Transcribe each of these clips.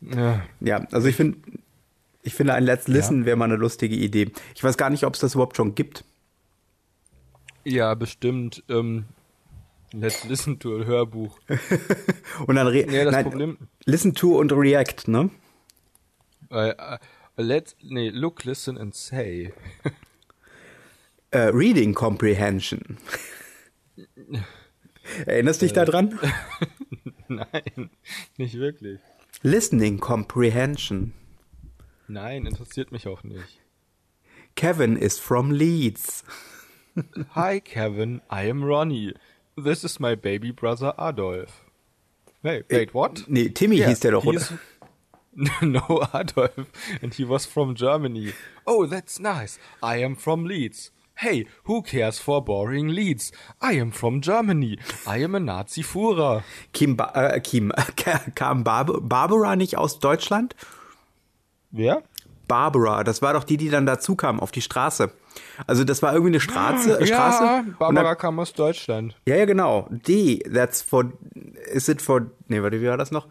ja. ja, also ich finde, ich finde ein Let's Listen ja. wäre mal eine lustige Idee. Ich weiß gar nicht, ob es das überhaupt schon gibt. Ja, bestimmt. Ähm, Let's Listen to Hörbuch. und dann Re nee, das Nein, Problem Listen to und React, ne? Uh, uh, let's nee, look, listen and say. uh, reading Comprehension. Erinnerst Äh. dich daran? Nein, nicht wirklich. Listening Comprehension. Nein, interessiert mich auch nicht. Kevin is from Leeds. Hi Kevin, I am Ronnie. This is my baby brother Adolf. Hey, wait, what? Nee, Timmy yeah, hieß der doch, oder? no, Adolf. And he was from Germany. Oh, that's nice. I am from Leeds. Hey, who cares for boring Leeds? I am from Germany. I am a Nazi-Fuhrer. Kim, ba äh, Kim äh, kam Bar Barbara nicht aus Deutschland? Wer? Barbara, das war doch die, die dann dazu kam auf die Straße. Also das war irgendwie eine Straße. Ah, Ja, Straße Barbara dann, kam aus Deutschland. Ja, ja, genau. Die, that's for, is it for, nee, warte, wie war das noch?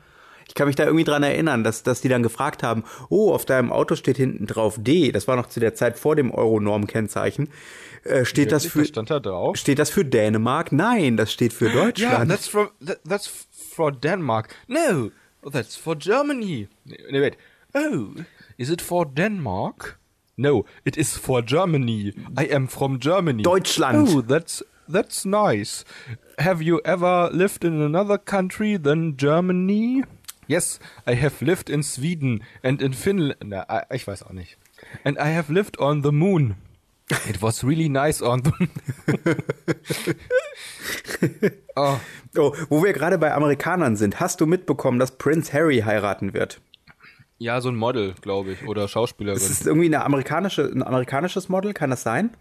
Ich kann mich da irgendwie dran erinnern, dass, dass die dann gefragt haben, oh, auf deinem Auto steht hinten drauf D, das war noch zu der Zeit vor dem Euronorm-Kennzeichen. Äh, steht Wirklich? das für, das stand da drauf? steht das für Dänemark? Nein, das steht für Deutschland. Yeah, that's for, that's for Denmark. No, that's for Germany. Nee, wait. Oh, is it for Denmark? No, it is for Germany. I am from Germany. Deutschland. Oh, that's that's nice. Have you ever lived in another country than Germany? Yes, I have lived in Sweden and in Finland. Na, ich weiß auch nicht. And I have lived on the moon. It was really nice on the Ah. oh. oh, wo wir gerade bei Amerikanern sind, hast du mitbekommen, dass Prince Harry heiraten wird? Ja, so ein Model, glaube ich, oder Schauspielerin. Ist es irgendwie eine amerikanische, ein amerikanisches Model? Kann das sein?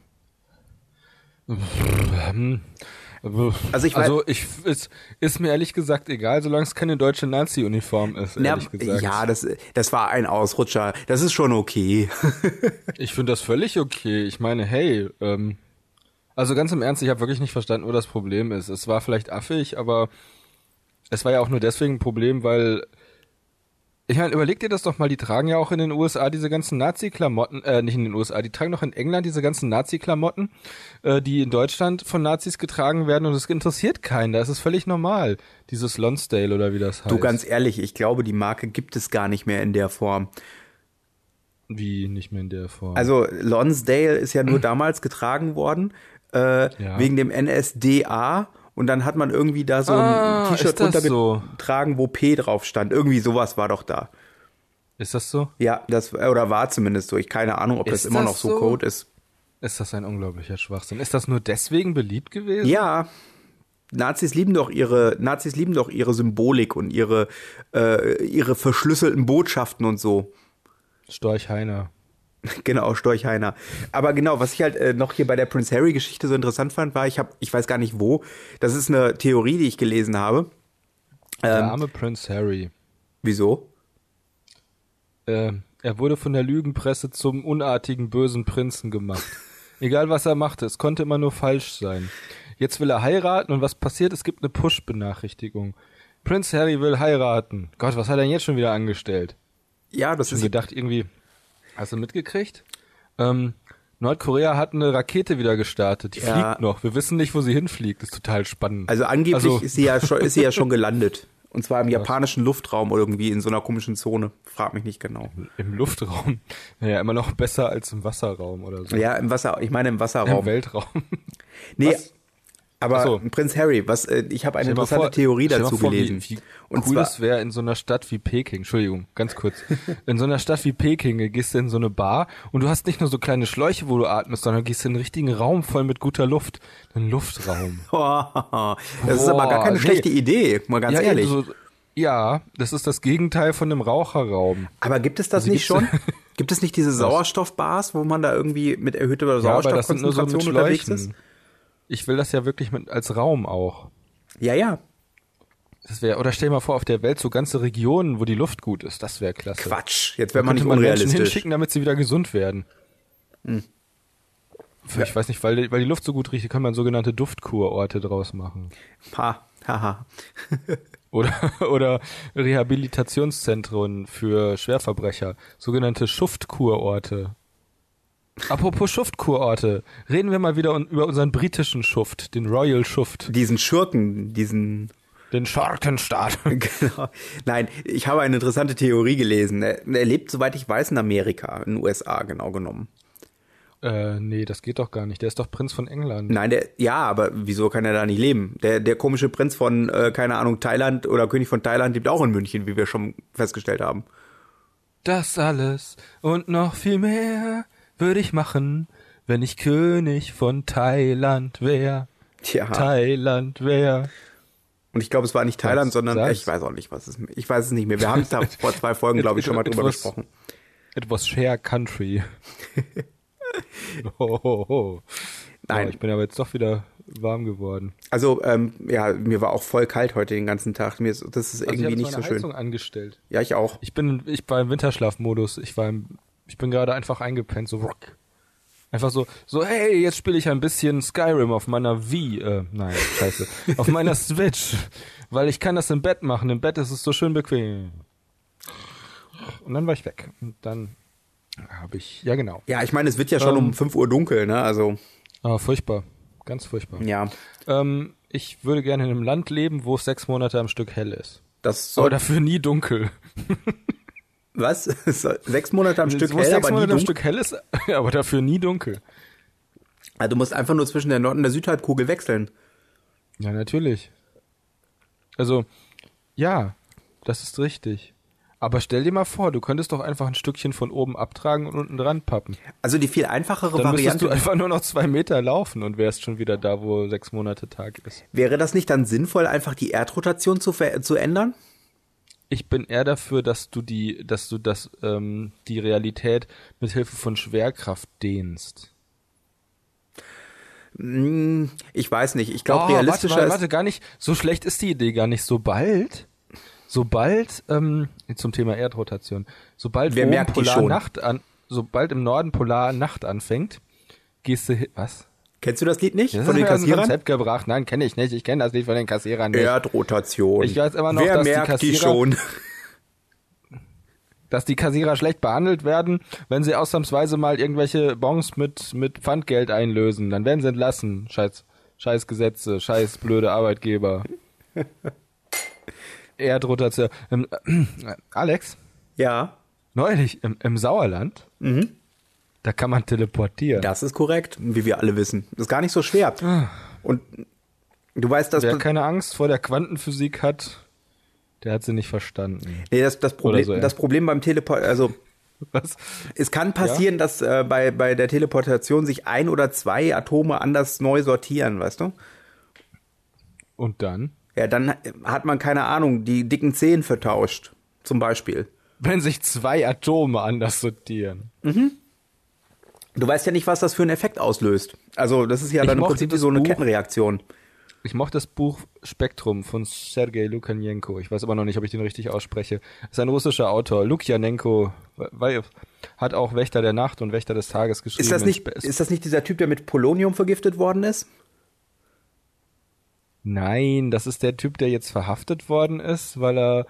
Also ich, Hm. also ich ist, ist mir ehrlich gesagt egal, solange es keine deutsche Nazi-Uniform ist, na, ehrlich gesagt. Ja, das, das war ein Ausrutscher. Das ist schon okay. ich finde das völlig okay. Ich meine, hey, ähm, also ganz im Ernst, ich habe wirklich nicht verstanden, wo das Problem ist. Es war vielleicht affig, aber es war ja auch nur deswegen ein Problem, weil ich meine, überleg dir das doch mal, die tragen ja auch in den USA diese ganzen Nazi-Klamotten, äh, nicht in den USA, die tragen doch in England diese ganzen Nazi-Klamotten, äh, die in Deutschland von Nazis getragen werden und es interessiert keinen, da ist es völlig normal, dieses Lonsdale oder wie das heißt. Du, ganz ehrlich, ich glaube, die Marke gibt es gar nicht mehr in der Form. Wie nicht mehr in der Form? Also Lonsdale ist ja nur hm. damals getragen worden, äh, ja. wegen dem NSDA und dann hat man irgendwie da so ein ah, T-Shirt runtergetragen, so? wo P drauf stand. Irgendwie sowas war doch da. Ist das so? Ja, das oder war zumindest so. Ich keine Ahnung, ob ist das immer das noch so, so Code ist. Ist das ein unglaublicher Schwachsinn? Ist das nur deswegen beliebt gewesen? Ja. Nazis lieben doch ihre Nazis lieben doch ihre Symbolik und ihre äh, ihre verschlüsselten Botschaften und so. Storch Heiner. Genau, Storchheiner. Aber genau, was ich halt äh, noch hier bei der Prince Harry Geschichte so interessant fand, war, ich habe, ich weiß gar nicht wo, das ist eine Theorie, die ich gelesen habe. Ähm, der arme Prince Harry. Wieso? Äh, er wurde von der Lügenpresse zum unartigen, bösen Prinzen gemacht. Egal was er machte, es konnte immer nur falsch sein. Jetzt will er heiraten und was passiert? Es gibt eine Push-Benachrichtigung. Prince Harry will heiraten. Gott, was hat er denn jetzt schon wieder angestellt? Ja, das schon ist. gedacht, irgendwie, Hast du mitgekriegt? Ähm, Nordkorea hat eine Rakete wieder gestartet. Die ja. fliegt noch. Wir wissen nicht, wo sie hinfliegt. Das ist total spannend. Also angeblich also, ist, sie ja schon, ist sie ja schon gelandet. Und zwar im japanischen Luftraum oder irgendwie in so einer komischen Zone. Frag mich nicht genau. Im, im Luftraum. Naja, immer noch besser als im Wasserraum oder so. Ja, im Wasser. Ich meine im Wasserraum. Im Weltraum. Nee, was? Aber so. Prinz Harry, was äh, ich habe eine interessante vor, Theorie dazu vor, gelesen. Wie, wie und cool es wäre in so einer Stadt wie Peking, Entschuldigung, ganz kurz. in so einer Stadt wie Peking gehst du in so eine Bar und du hast nicht nur so kleine Schläuche, wo du atmest, sondern gehst in einen richtigen Raum voll mit guter Luft, einen Luftraum. das ist aber gar keine schlechte nee. Idee, mal ganz ja, ehrlich. So, ja, das ist das Gegenteil von einem Raucherraum. Aber gibt es das also nicht schon? gibt es nicht diese Sauerstoffbars, wo man da irgendwie mit erhöhter Sauerstoffkonzentration ja, so unterwegs ist? ich will das ja wirklich mit, als Raum auch. Ja, ja. Das wäre, oder stell dir mal vor, auf der Welt so ganze Regionen, wo die Luft gut ist, das wäre klasse. Quatsch, jetzt wäre man nicht unrealistisch. Menschen hinschicken, damit sie wieder gesund werden. Hm. Ich ja. weiß nicht, weil, weil die Luft so gut riecht, kann man sogenannte Duftkurorte draus machen. Pa, haha. Oder, oder Rehabilitationszentren für Schwerverbrecher, sogenannte Schuftkurorte. Apropos Schuftkurorte, reden wir mal wieder un über unseren britischen Schuft, den Royal Schuft, Diesen Schurken, diesen den Schurkenstaat. Genau. Nein, ich habe eine interessante Theorie gelesen. Er, er lebt, soweit ich weiß, in Amerika, in den USA genau genommen. äh, nee, das geht doch gar nicht. Der ist doch Prinz von England. Nein, der, ja, aber wieso kann er da nicht leben? Der, der komische Prinz von, äh, keine Ahnung, Thailand oder König von Thailand lebt auch in München, wie wir schon festgestellt haben. Das alles und noch viel mehr würde ich machen, wenn ich König von Thailand wär. Tja. Thailand wär. Und ich glaube, es war nicht Thailand, Was sondern sagst? ich weiß auch nicht, was es Ich weiß es nicht mehr. Wir haben es da vor zwei Folgen, glaube ich, schon mal drüber Etwas- gesprochen. It was share country. ho, ho, ho. Nein. Oh, ich bin aber jetzt doch wieder warm geworden. Also, ähm, ja, mir war auch voll kalt heute den ganzen Tag. Mir ist, das ist Also ich hab irgendwie nicht jetzt so meine schön. Heizung angestellt. Ja, ich auch. Ich bin, ich war im Winterschlafmodus. Ich war im, ich bin gerade einfach eingepennt, so rock. Einfach so, so, hey, jetzt spiele ich ein bisschen Skyrim auf meiner Wii, äh, nein, scheiße, auf meiner Switch, weil ich kann das im Bett machen, im Bett ist es so schön bequem. Und dann war ich weg. Und dann habe ich, ja genau, Ja, ich meine, es wird ja schon Ähm. um 5 Uhr dunkel, ne? Also, ah, furchtbar, ganz furchtbar. ja, Ähm, ich würde gerne in einem Land leben, wo es sechs Monate am Stück hell ist. das Aber soll. dafür nie dunkel. was? Es soll- sechs Monate am Stück Wo es hell, sechs aber nie Monate am dunkel. Stück hell ist, aber dafür nie dunkel. Also, du musst einfach nur zwischen der Nord- und der Südhalbkugel wechseln. Ja, natürlich. Also, ja, das ist richtig. Aber stell dir mal vor, du könntest doch einfach ein Stückchen von oben abtragen und unten dran pappen. Also, die viel einfachere Dann müsstest du Variante. einfach nur noch zwei Meter laufen und wärst schon wieder da, wo sechs Monate Tag ist. Wäre das nicht dann sinnvoll, einfach die Erdrotation zu, ver zu ändern? Ich bin eher dafür, dass du die, dass du das, ähm, die Realität mit Hilfe von Schwerkraft dehnst. Hm, Ich weiß nicht. Ich Oh, glaube, realistischer warte, warte, ist. warte, gar nicht. So schlecht ist die Idee gar nicht. Sobald, sobald ähm, zum Thema Erdrotation, sobald Wer oben merkt die schon? Polarnacht an, sobald im Norden Polarnacht anfängt, gehst du hin. Was? Kennst du das Lied nicht? Das von hast du den mir aus dem Kassierern? Konzept gebracht. Nein, kenne ich nicht. Ich kenne das Lied von den Kassierern nicht. Erdrotation. Ich weiß immer noch, Wer dass die merkt die, Kassierer- schon? Dass die Kassierer schlecht behandelt werden, wenn sie ausnahmsweise mal irgendwelche Bons mit mit Pfandgeld einlösen, dann werden sie entlassen. Scheiß, scheiß Gesetze, scheiß blöde Arbeitgeber. Erdrotation. Ähm, äh, Alex, Ja, Neulich im, im Sauerland, da kann man teleportieren. das ist korrekt, wie wir alle wissen. Ist gar nicht so schwer. Und du weißt, dass Wer keine Angst vor der Quantenphysik hat, der hat sie nicht verstanden. nee, das, das, Problem, Oder so, ja. das Problem beim Teleport, also Was? es kann passieren, dass äh, bei, bei der Teleportation sich ein oder zwei Atome anders neu sortieren, weißt du? Und dann? Ja, dann hat man keine Ahnung, die dicken Zehen vertauscht, zum Beispiel. Wenn sich zwei Atome anders sortieren. Du weißt ja nicht, was das für einen Effekt auslöst. Also, das ist ja Ich dann im mochte Prinzip wie das so eine Buch. Kettenreaktion. Ich mochte das Buch Spektrum von Sergei Lukanenko. Ich weiß aber noch nicht, ob ich den richtig ausspreche. Das ist ein russischer Autor. Lukanenko weil, hat auch Wächter der Nacht und Wächter des Tages geschrieben. Ist das, Und nicht, Spe- ist das nicht dieser Typ, der mit Polonium vergiftet worden ist? Nein, das ist der Typ, der jetzt verhaftet worden ist, weil er,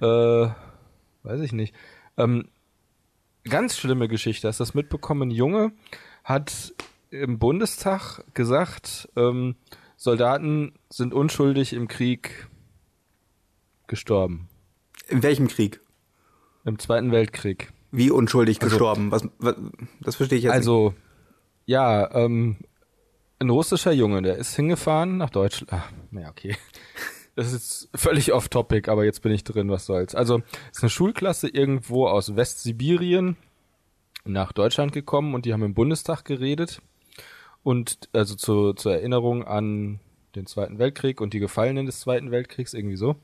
äh, weiß ich nicht. Ähm, ganz schlimme Geschichte. Hast du das mitbekommen? Ein Junge hat im Bundestag gesagt, ähm, Soldaten sind unschuldig im Krieg gestorben. In welchem Krieg? Im Zweiten Weltkrieg. Wie unschuldig gestorben? Was, was, das verstehe ich jetzt Also, ja, ähm, ein russischer Junge, der ist hingefahren nach Deutschland. Ach, naja, okay. Das ist jetzt völlig off-topic, aber jetzt bin ich drin, was soll's. Also, ist eine Schulklasse irgendwo aus Westsibirien nach Deutschland gekommen und die haben im Bundestag geredet. Und also zu, zur Erinnerung an den Zweiten Weltkrieg und die Gefallenen des Zweiten Weltkriegs, irgendwie so.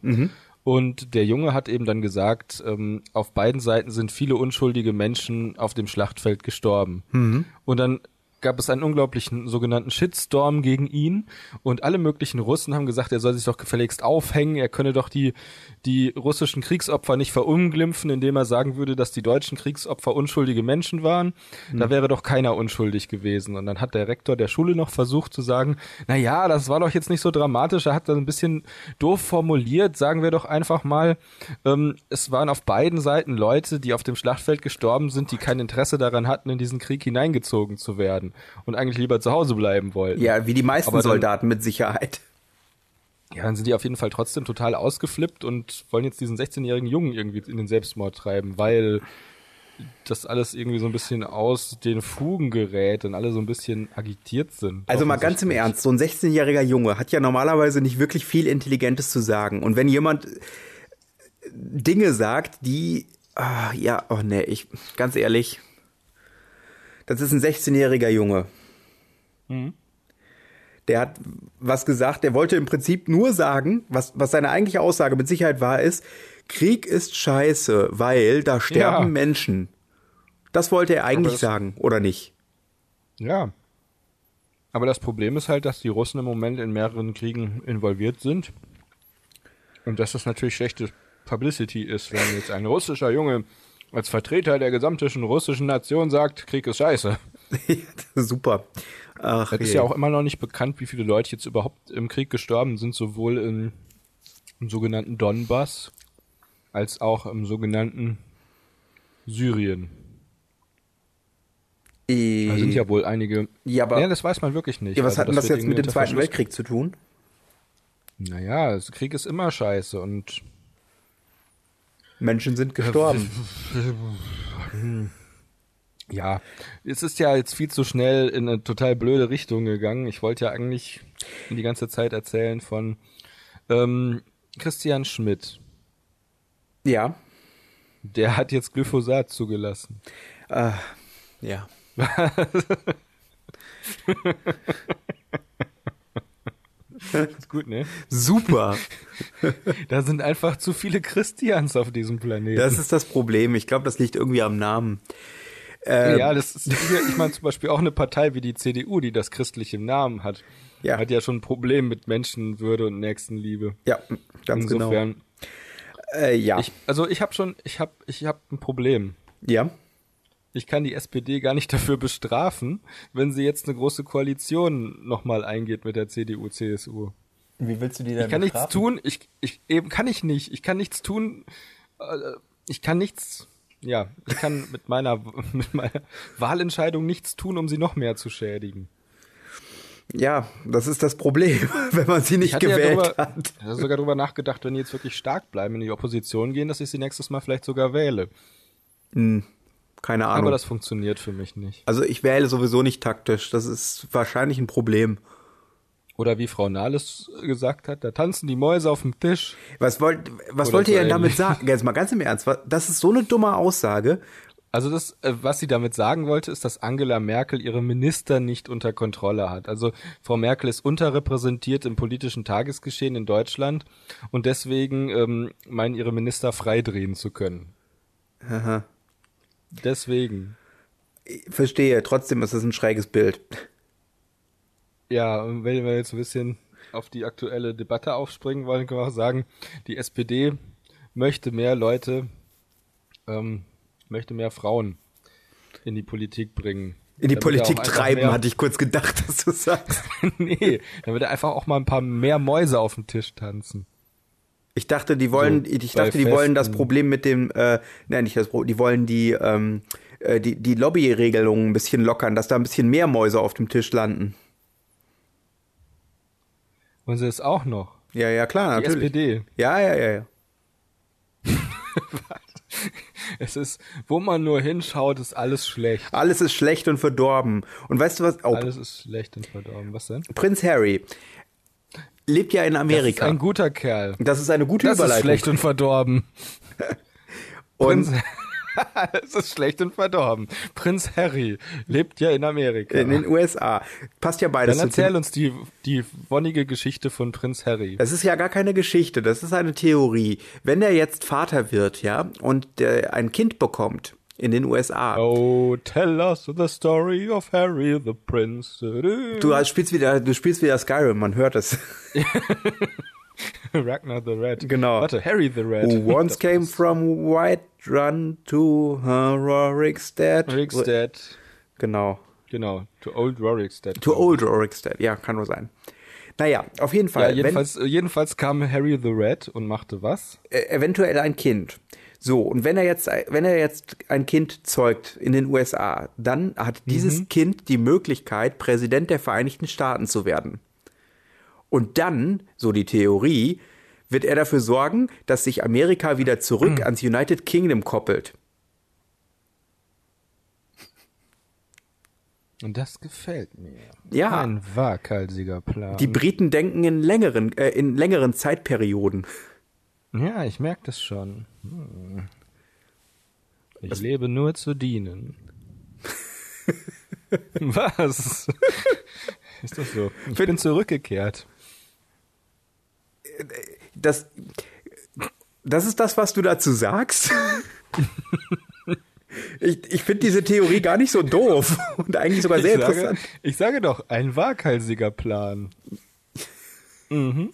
Und der Junge hat eben dann gesagt, ähm, auf beiden Seiten sind viele unschuldige Menschen auf dem Schlachtfeld gestorben. Und dann gab es einen unglaublichen sogenannten Shitstorm gegen ihn und alle möglichen Russen haben gesagt, er soll sich doch gefälligst aufhängen, er könne doch die, die russischen Kriegsopfer nicht verunglimpfen, indem er sagen würde, dass die deutschen Kriegsopfer unschuldige Menschen waren. Da wäre doch keiner unschuldig gewesen. Und dann hat der Rektor der Schule noch versucht zu sagen, na ja, das war doch jetzt nicht so dramatisch, er hat das ein bisschen doof formuliert, sagen wir doch einfach mal, ähm, es waren auf beiden Seiten Leute, die auf dem Schlachtfeld gestorben sind, die kein Interesse daran hatten, in diesen Krieg hineingezogen zu werden und eigentlich lieber zu Hause bleiben wollten. Ja, wie die meisten Aber dann- Soldaten mit Sicherheit. Ja, dann sind die auf jeden Fall trotzdem total ausgeflippt und wollen jetzt diesen 16-jährigen Jungen irgendwie in den Selbstmord treiben, weil das alles irgendwie so ein bisschen aus den Fugen gerät und alle so ein bisschen agitiert sind. Also mal ganz im Offensichtlich. Ernst, so ein 16-jähriger Junge hat ja normalerweise nicht wirklich viel Intelligentes zu sagen. Und wenn jemand äh, Dinge sagt, die, ah, ja, oh nee, ich, ganz ehrlich, das ist ein 16-jähriger Junge. Mhm. Der hat was gesagt, der wollte im Prinzip nur sagen, was, was seine eigentliche Aussage mit Sicherheit war, ist, Krieg ist scheiße, weil da sterben Ja. Menschen. Das wollte er eigentlich das- sagen, oder nicht? Ja. Aber das Problem ist halt, dass die Russen im Moment in mehreren Kriegen involviert sind. Und dass das natürlich schlechte Publicity ist, wenn jetzt ein russischer Junge als Vertreter der gesamten russischen Nation sagt, Krieg ist scheiße. Super. Ach, Es ist je. ja auch immer noch nicht bekannt, wie viele Leute jetzt überhaupt im Krieg gestorben sind, sowohl in, im sogenannten Donbass als auch im sogenannten Syrien. Da sind ja wohl einige. Mhm. Ja, aber- Nee, das weiß man wirklich nicht. Ja, Äh, was Also, hat denn das wird jetzt mit irgendwie dem unter Zweiten Verschluss Weltkrieg zu tun? Naja, das Krieg ist immer scheiße und Menschen sind gestorben. ja, es ist ja jetzt viel zu schnell in eine total blöde Richtung gegangen. Ich wollte ja eigentlich die ganze Zeit erzählen von ähm, Christian Schmidt. ja. Der hat jetzt Glyphosat zugelassen. Ja. Ist gut, ne? Super. Da sind einfach zu viele Christians auf diesem Planeten. Das ist das Problem. Ich glaube, das liegt irgendwie am Namen. ähm, ja, das ist, hier, ich meine zum Beispiel auch eine Partei wie die CDU, die das christlich im Namen hat, Ja. hat ja schon ein Problem mit Menschenwürde und Nächstenliebe. Ja, ganz Insofern, genau. Äh, ja. ich, also ich habe schon, ich habe, ich habe ein Problem. ja. Ich kann die SPD gar nicht dafür bestrafen, wenn sie jetzt eine große Koalition nochmal eingeht mit der CDU, CSU. Wie willst du die denn Ich kann nichts tun, ich, ich, eben kann ich nicht, ich kann nichts tun, äh, ich kann nichts, ja, ich kann mit meiner, mit meiner Wahlentscheidung nichts tun, um sie noch mehr zu schädigen. Ja, das ist das Problem, wenn man sie nicht gewählt ja drüber, hat. ich hatte sogar darüber nachgedacht, wenn die jetzt wirklich stark bleiben, in die Opposition gehen, dass ich sie nächstes Mal vielleicht sogar wähle. Keine Aber Ahnung. das funktioniert für mich nicht. Also ich wähle sowieso nicht taktisch. Das ist wahrscheinlich ein Problem. Oder wie Frau Nahles gesagt hat, da tanzen die Mäuse auf dem Tisch. Was wollt, was Oder wollt ihr so denn damit ähnlich. sagen? Jetzt mal ganz im Ernst. was- Das ist so eine dumme Aussage. Also das, äh, was sie damit sagen wollte, ist, dass Angela Merkel ihre Minister nicht unter Kontrolle hat. Also Frau Merkel ist unterrepräsentiert im politischen Tagesgeschehen in Deutschland und deswegen ähm, meinen ihre Minister freidrehen zu können. Aha. Deswegen. Ich verstehe. Trotzdem ist es ein schräges Bild. Ja, und wenn wir jetzt ein bisschen auf die aktuelle Debatte aufspringen wollen, können wir auch sagen, die SPD möchte mehr Leute, ähm, möchte mehr Frauen in die Politik bringen. In die Damit Politik auch einfach treiben, mehr, hatte ich kurz gedacht, dass du sagst. nee, damit da einfach auch mal ein paar mehr Mäuse auf dem Tisch tanzen. Ich dachte, die wollen, So, ich bei dachte, die wollen das Festen. Problem mit dem, äh, nein, nicht das Problem, die wollen die, ähm, äh, die, die Lobbyregelungen ein bisschen lockern, dass da ein bisschen mehr Mäuse auf dem Tisch landen. Und sie ist auch noch. Ja, ja, klar, Die natürlich. SPD. Ja, ja, ja, ja. Es ist, wo man nur hinschaut, ist alles schlecht. Alles ist schlecht und verdorben. Und weißt du was? Oh, Alles ist schlecht und verdorben. Was denn? Prinz Harry lebt ja in Ist Amerika. ein guter Kerl. Das ist eine gute Das ist Überleitung. schlecht und verdorben. und Es ist schlecht und verdorben. Prinz Harry lebt ja in Amerika. in den USA. Passt ja beides. Dann zu- erzähl uns die, die wonnige Geschichte von Prinz Harry. Das ist ja gar keine Geschichte, das ist eine Theorie. Wenn der jetzt Vater wird, ja, und äh, ein Kind bekommt, in den USA. Oh, tell us the story of Harry the Prince. Du Du hast- spielst wieder, du spielst wieder Skyrim, man hört es. Ragnar the Red. Genau. Warte, Harry the Red. Who once Das came passt. from White Run to Rorikstead. Rorikstead. Genau. Genau, to old Rorikstead. To old Rorikstead. Ja, kann nur sein. Naja, auf jeden ja, Fall. wenn, jedenfalls, äh, jedenfalls kam Harry the Red und machte was? äh, eventuell ein Kind. So, und wenn er jetzt, wenn er jetzt ein Kind zeugt in den USA, dann hat dieses Kind die Möglichkeit, Präsident der Vereinigten Staaten zu werden. Und dann, so die Theorie, wird er dafür sorgen, dass sich Amerika wieder zurück ans United Kingdom koppelt. Und das gefällt mir. Ja. Ein waghalsiger Plan. Die Briten denken in längeren, äh, in längeren Zeitperioden. ja, ich merke das schon. Hm. Ich lebe nur zu dienen. was? Ist das so? Ich bin zurückgekehrt. Das, das ist das, was du dazu sagst? Ich, ich finde diese Theorie gar nicht so doof und eigentlich sogar sehr ich, sage, interessant. ich sage doch, ein waghalsiger Plan. Mhm.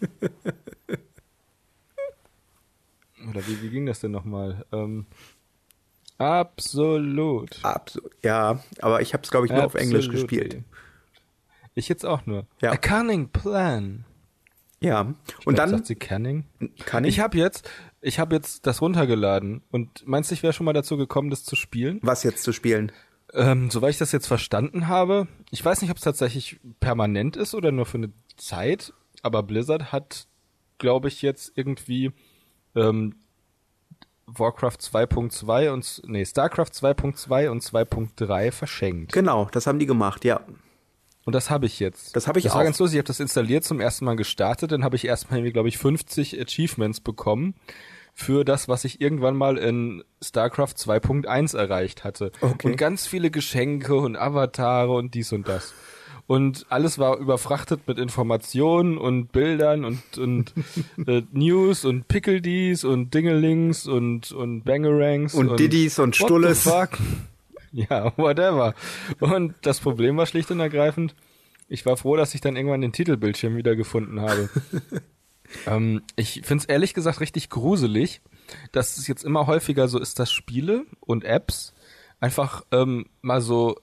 Oder wie, wie ging das denn nochmal? Ähm, absolut. Absolut. Ja, aber ich habe es, glaube ich, nur auf Englisch gespielt. Ich jetzt auch nur. Ja. A cunning plan. Ja, und dann sagt sie cunning. kann ich, Ich habe jetzt, ich habe jetzt das runtergeladen und meinst du, ich wäre schon mal dazu gekommen, das zu spielen? was jetzt zu spielen. Ähm, soweit ich das jetzt verstanden habe, ich weiß nicht, ob es tatsächlich permanent ist oder nur für eine Zeit, aber Blizzard hat, glaube ich, jetzt irgendwie ähm, Warcraft 2.2 und s- nee, StarCraft 2.2 und 2.3 verschenkt. Genau, das haben die gemacht, ja. Und das habe ich jetzt. Das habe ich das war auch. ganz lustig, ich habe das installiert, zum ersten Mal gestartet, dann habe ich erstmal irgendwie, glaube ich, 50 Achievements bekommen für das, was ich irgendwann mal in StarCraft 2.1 erreicht hatte. Okay. Und ganz viele Geschenke und Avatare und dies und das. Und alles war überfrachtet mit Informationen und Bildern und, und äh, News und Pickledies und Dingelings und, und Bangerangs Und Diddies und What Stulles. the fuck? Ja, whatever. Und das Problem war schlicht und ergreifend, ich war froh, dass ich dann irgendwann den Titelbildschirm wiedergefunden habe. ähm, ich find's ehrlich gesagt richtig gruselig, dass es jetzt immer häufiger so ist, dass Spiele und Apps einfach ähm, mal so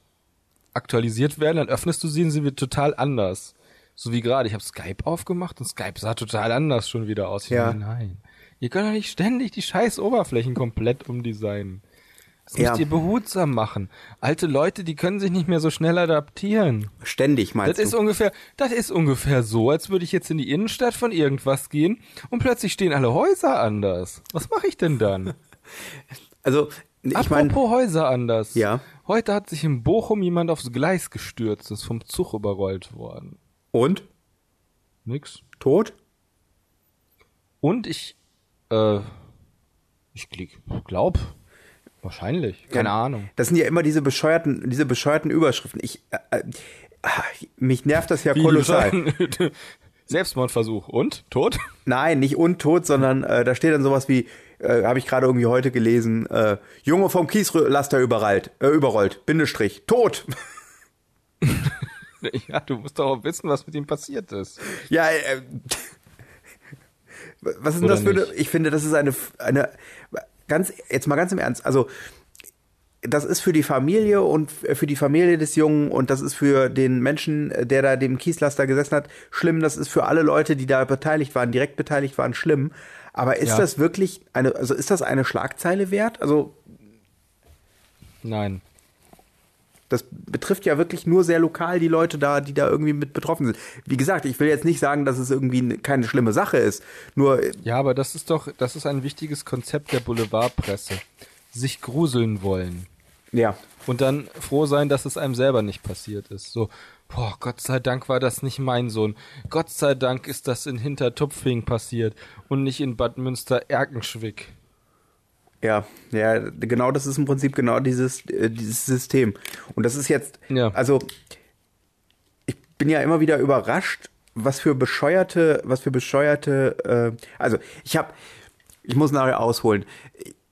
aktualisiert werden, dann öffnest du sie und sie wird total anders. So wie gerade, ich habe Skype aufgemacht und Skype sah total anders schon wieder aus. Ich Ja. dachte, Nein. Ihr könnt doch nicht ständig die scheiß Oberflächen komplett umdesignen. Das Ja. müsst ihr behutsam machen. Alte Leute, die können sich nicht mehr so schnell adaptieren. Ständig meinst Das ist du? ungefähr, das ist ungefähr so, als würde ich jetzt in die Innenstadt von irgendwas gehen und plötzlich stehen alle Häuser anders. Was mache ich denn dann? Also, ich meine, Apropos Häuser anders. Ja. Heute hat sich in Bochum jemand aufs Gleis gestürzt, ist vom Zug überrollt worden. und? Nix. Tot? Und ich, äh, ich gl- glaub, wahrscheinlich. Keine Ja. Ahnung. Das sind ja immer diese bescheuerten, diese bescheuerten Überschriften. Ich, äh, äh, ah, mich nervt das ja kolossal. Selbstmordversuch und tot? Nein, nicht untot, sondern äh, da steht dann sowas wie, äh, habe ich gerade irgendwie heute gelesen, äh, Junge vom Kieslaster überrollt, äh, überrollt, Bindestrich, tot. Ja, du musst doch auch wissen, was mit ihm passiert ist. ja, äh, was ist denn Oder das für eine, nicht? ich finde, das ist eine, eine, ganz, jetzt mal ganz im Ernst, also, das ist für die Familie und f- äh, für die Familie des Jungen und das ist für den Menschen, äh, der da dem Kieslaster gesessen hat, schlimm. Das ist für alle Leute, die da beteiligt waren, direkt beteiligt waren, schlimm. Aber ist Ja. das wirklich eine, also ist das eine Schlagzeile wert? Also Nein. Das betrifft ja wirklich nur sehr lokal die Leute da, die da irgendwie mit betroffen sind. Wie gesagt, ich will jetzt nicht sagen, dass es irgendwie ne- keine schlimme Sache ist. Nur, äh, Ja, aber das ist doch, das ist ein wichtiges Konzept der Boulevardpresse. Sich gruseln wollen. ja. Und dann froh sein, dass es einem selber nicht passiert ist. So, boah, Gott sei Dank war das nicht mein Sohn. Gott sei Dank ist das in Hintertupfing passiert und nicht in Bad Münster-Erkenschwick. Ja, ja, genau das ist im Prinzip genau dieses, äh, dieses System. Und das ist jetzt, Ja. also ich bin ja immer wieder überrascht, was für bescheuerte, was für bescheuerte, äh, also ich habe, ich muss nachher ausholen.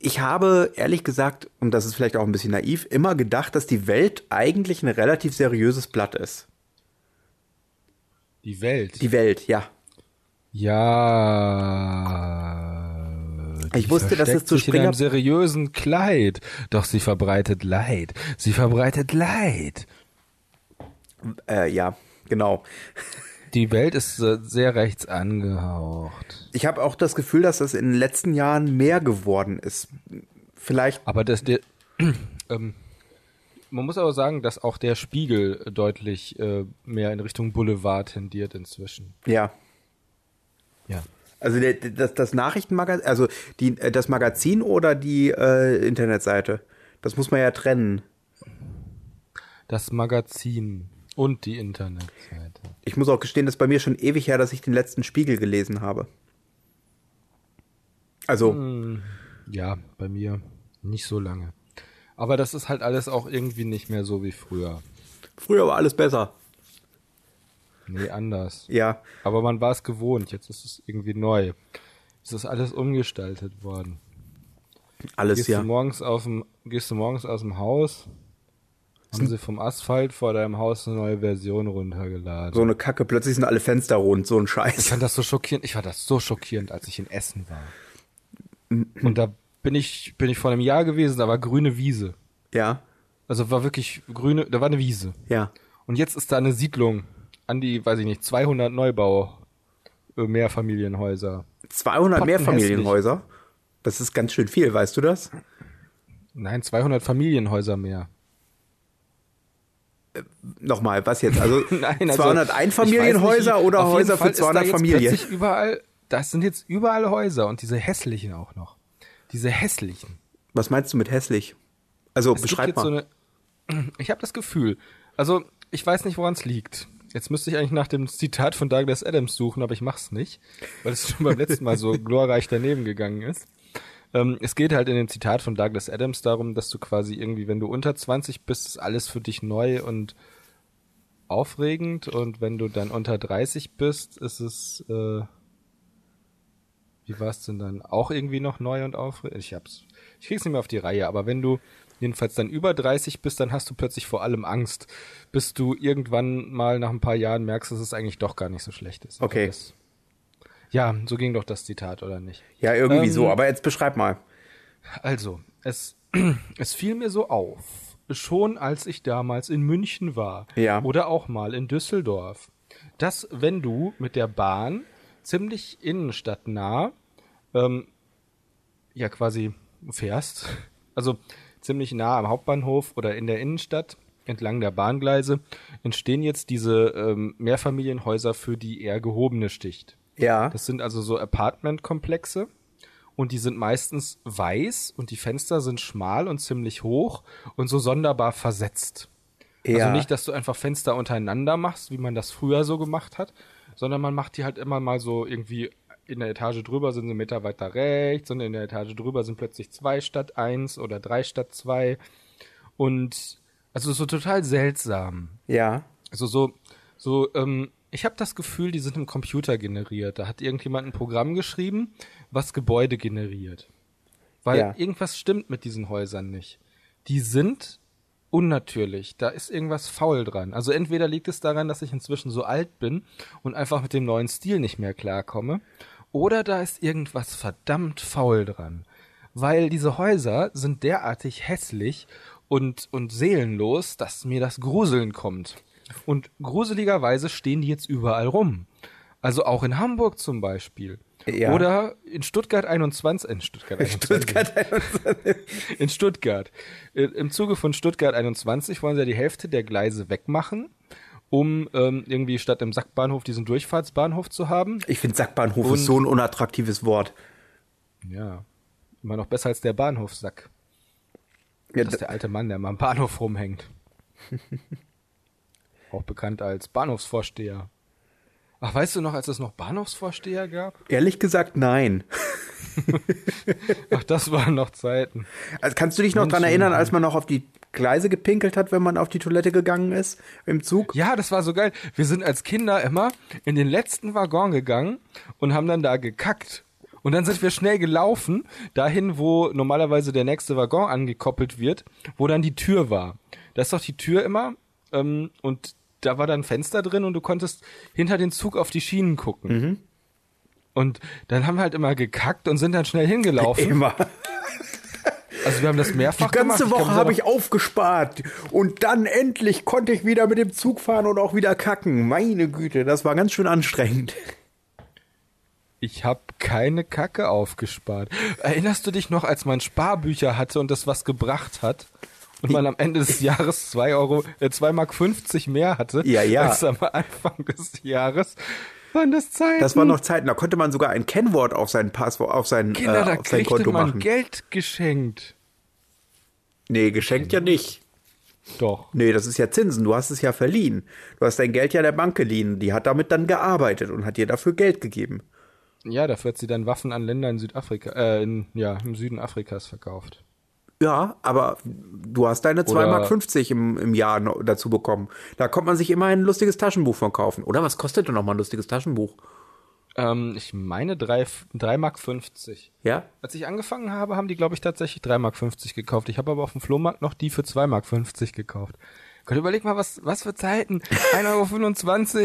ich habe ehrlich gesagt, und das ist vielleicht auch ein bisschen naiv, immer gedacht, dass die Welt eigentlich ein relativ seriöses Blatt ist. Die Welt. Die Welt, ja. ja. Ich die wusste, dass es versteckt zu sich in Springer- einem seriösen Kleid. Doch sie verbreitet Leid. Sie verbreitet Leid. Äh, ja, genau. Die Welt ist äh, sehr rechts angehaucht. Ich habe auch das Gefühl, dass das in den letzten Jahren mehr geworden ist. Vielleicht, Aber das, der, ähm, man muss aber sagen, dass auch der Spiegel deutlich äh, mehr in Richtung Boulevard tendiert inzwischen. ja. Ja. Also der, das, das Nachrichtenmagazin, also die, äh, das Magazin oder die äh, Internetseite. Das muss man ja trennen. Das Magazin und die Internetseite. Ich muss auch gestehen, das ist bei mir schon ewig her, dass ich den letzten Spiegel gelesen habe. Also, Hm. Ja, bei mir nicht so lange. Aber das ist halt alles auch irgendwie nicht mehr so wie früher. früher war alles besser. Nee, anders. Ja. Aber man war es gewohnt, jetzt ist es irgendwie neu. Es ist alles umgestaltet worden. Alles Gehst, ja. du, morgens auf dem, gehst du morgens aus dem Haus, haben sie vom Asphalt vor deinem Haus eine neue Version runtergeladen. So eine Kacke, plötzlich sind alle Fenster rund, so ein Ich Scheiß. fand das so schockierend. Ich fand das so schockierend, als ich in Essen war. Mhm. Und da bin ich, bin ich vor einem Jahr gewesen, da war grüne Wiese. Ja, Also war wirklich grüne, da war eine Wiese. ja. Und jetzt ist da eine Siedlung an die, weiß ich nicht, 200 Neubau, äh, Mehrfamilienhäuser. 200 Pottenhässlich. Mehrfamilienhäuser. Das ist ganz schön viel, weißt du das? Nein, 200 Familienhäuser mehr. Nochmal, was jetzt? Also Nein, 200 Einfamilienhäuser ich weiß nicht, oder auf jeden Häuser Fall für ist da 200 jetzt Familien? plötzlich Überall, das sind jetzt überall Häuser und diese hässlichen auch noch. Diese hässlichen. Was meinst du mit hässlich? Also Es gibt beschreib jetzt mal. So eine, ich habe das Gefühl, also ich weiß nicht, woran es liegt. Jetzt müsste ich eigentlich nach dem Zitat von Douglas Adams suchen, aber ich mach's nicht, weil es schon beim letzten Mal so glorreich daneben gegangen ist. Ähm, es geht halt in dem Zitat von Douglas Adams darum, dass du quasi irgendwie, wenn du unter 20 bist, ist alles für dich neu und aufregend und wenn du dann unter 30 bist, ist es äh, wie war es denn dann? Auch irgendwie noch neu und aufregend? Ich hab's. Ich krieg's nicht mehr auf die Reihe, aber wenn du jedenfalls dann über 30 bist, dann hast du plötzlich vor allem Angst, bis du irgendwann mal nach ein paar Jahren merkst, dass es eigentlich doch gar nicht so schlecht ist. Also Okay. Das, ja, so ging doch das Zitat, oder nicht? Ja, irgendwie Ähm, so. Aber jetzt beschreib mal. Also, es, es fiel mir so auf, schon als ich damals in München war Ja. oder auch mal in Düsseldorf, dass wenn du mit der Bahn ziemlich innenstadtnah ähm, ja quasi fährst, also ziemlich nah am Hauptbahnhof oder in der Innenstadt entlang der Bahngleise, entstehen jetzt diese ähm, Mehrfamilienhäuser für die eher gehobene Schicht. Ja. Das sind also so Apartmentkomplexe und die sind meistens weiß und die Fenster sind schmal und ziemlich hoch und so sonderbar versetzt. ja. Also nicht, dass du einfach Fenster untereinander machst, wie man das früher so gemacht hat, sondern man macht die halt immer mal so irgendwie in der Etage drüber sind sie einen Meter weiter rechts und in der Etage drüber sind plötzlich zwei statt eins oder drei statt zwei und also so total seltsam. ja. Also so, so, ähm, ich habe das Gefühl, die sind im Computer generiert. Da hat irgendjemand ein Programm geschrieben, was Gebäude generiert. Weil Ja. irgendwas stimmt mit diesen Häusern nicht. Die sind unnatürlich. Da ist irgendwas faul dran. Also entweder liegt es daran, dass ich inzwischen so alt bin und einfach mit dem neuen Stil nicht mehr klarkomme, oder da ist irgendwas verdammt faul dran. Weil diese Häuser sind derartig hässlich und, und seelenlos, dass mir das Gruseln kommt. Und gruseligerweise stehen die jetzt überall rum. Also auch in Hamburg zum Beispiel. Ja. Oder in Stuttgart 21, in Stuttgart 21. Stuttgart In Stuttgart. Äh, Im Zuge von Stuttgart 21 wollen sie ja die Hälfte der Gleise wegmachen, um ähm, irgendwie statt im Sackbahnhof diesen Durchfahrtsbahnhof zu haben. Ich finde Sackbahnhof ist so ein unattraktives Wort. Ja, immer noch besser als der Bahnhofsack. Ja, Das ist d- der alte Mann, der mal am Bahnhof rumhängt. Auch bekannt als Bahnhofsvorsteher. Ach, weißt du noch, als es noch Bahnhofsvorsteher gab? ehrlich gesagt, nein. Ach, das waren noch Zeiten. Also kannst du dich noch dran Menschen, erinnern, als man noch auf die Gleise gepinkelt hat, wenn man auf die Toilette gegangen ist im Zug? Ja, das war so geil. Wir sind als Kinder immer in den letzten Waggon gegangen und haben dann da gekackt. Und dann sind wir schnell gelaufen, dahin, wo normalerweise der nächste Waggon angekoppelt wird, wo dann die Tür war. Da ist doch die Tür immer ähm, und da war dann ein Fenster drin und du konntest hinter den Zug auf die Schienen gucken. Mhm. Und dann haben wir halt immer gekackt und sind dann schnell hingelaufen. Immer. Also wir haben das mehrfach Die ganze gemacht. Woche habe ich aufgespart und dann endlich konnte ich wieder mit dem Zug fahren und auch wieder kacken. Meine Güte, das war ganz schön anstrengend. Ich habe keine Kacke aufgespart. Erinnerst du dich noch, als man Sparbücher hatte und das was gebracht hat? Und man am Ende des Jahres zwei Euro, äh, 2 Mark 50 mehr hatte, Ja, ja. als am Anfang des Jahres. Waren das Zeiten? Das waren noch Zeiten, da konnte man sogar ein Kennwort auf sein Passwort, auf sein, Kinder, äh, da auf sein kriegte Konto man machen. Geld geschenkt. Nee, geschenkt ja nicht. Doch. Nee, das ist ja Zinsen, du hast es ja verliehen. Du hast dein Geld ja der Bank geliehen, die hat damit dann gearbeitet und hat dir dafür Geld gegeben. Ja, dafür hat sie dann Waffen an Länder in Südafrika, äh, in, ja, im Süden Afrikas verkauft. Ja, aber du hast deine 2,50 Mark 50 im, im Jahr noch dazu bekommen. Da kommt man sich immer ein lustiges Taschenbuch von kaufen. Oder was kostet denn nochmal ein lustiges Taschenbuch? Ähm, ich meine drei drei Mark 50. Ja? Als ich angefangen habe, haben die, glaube ich, tatsächlich 3,50 Mark gekauft. Ich habe aber auf dem Flohmarkt noch die für 2,50 Mark gekauft. Gott, überleg mal, was, was für Zeiten. 1,25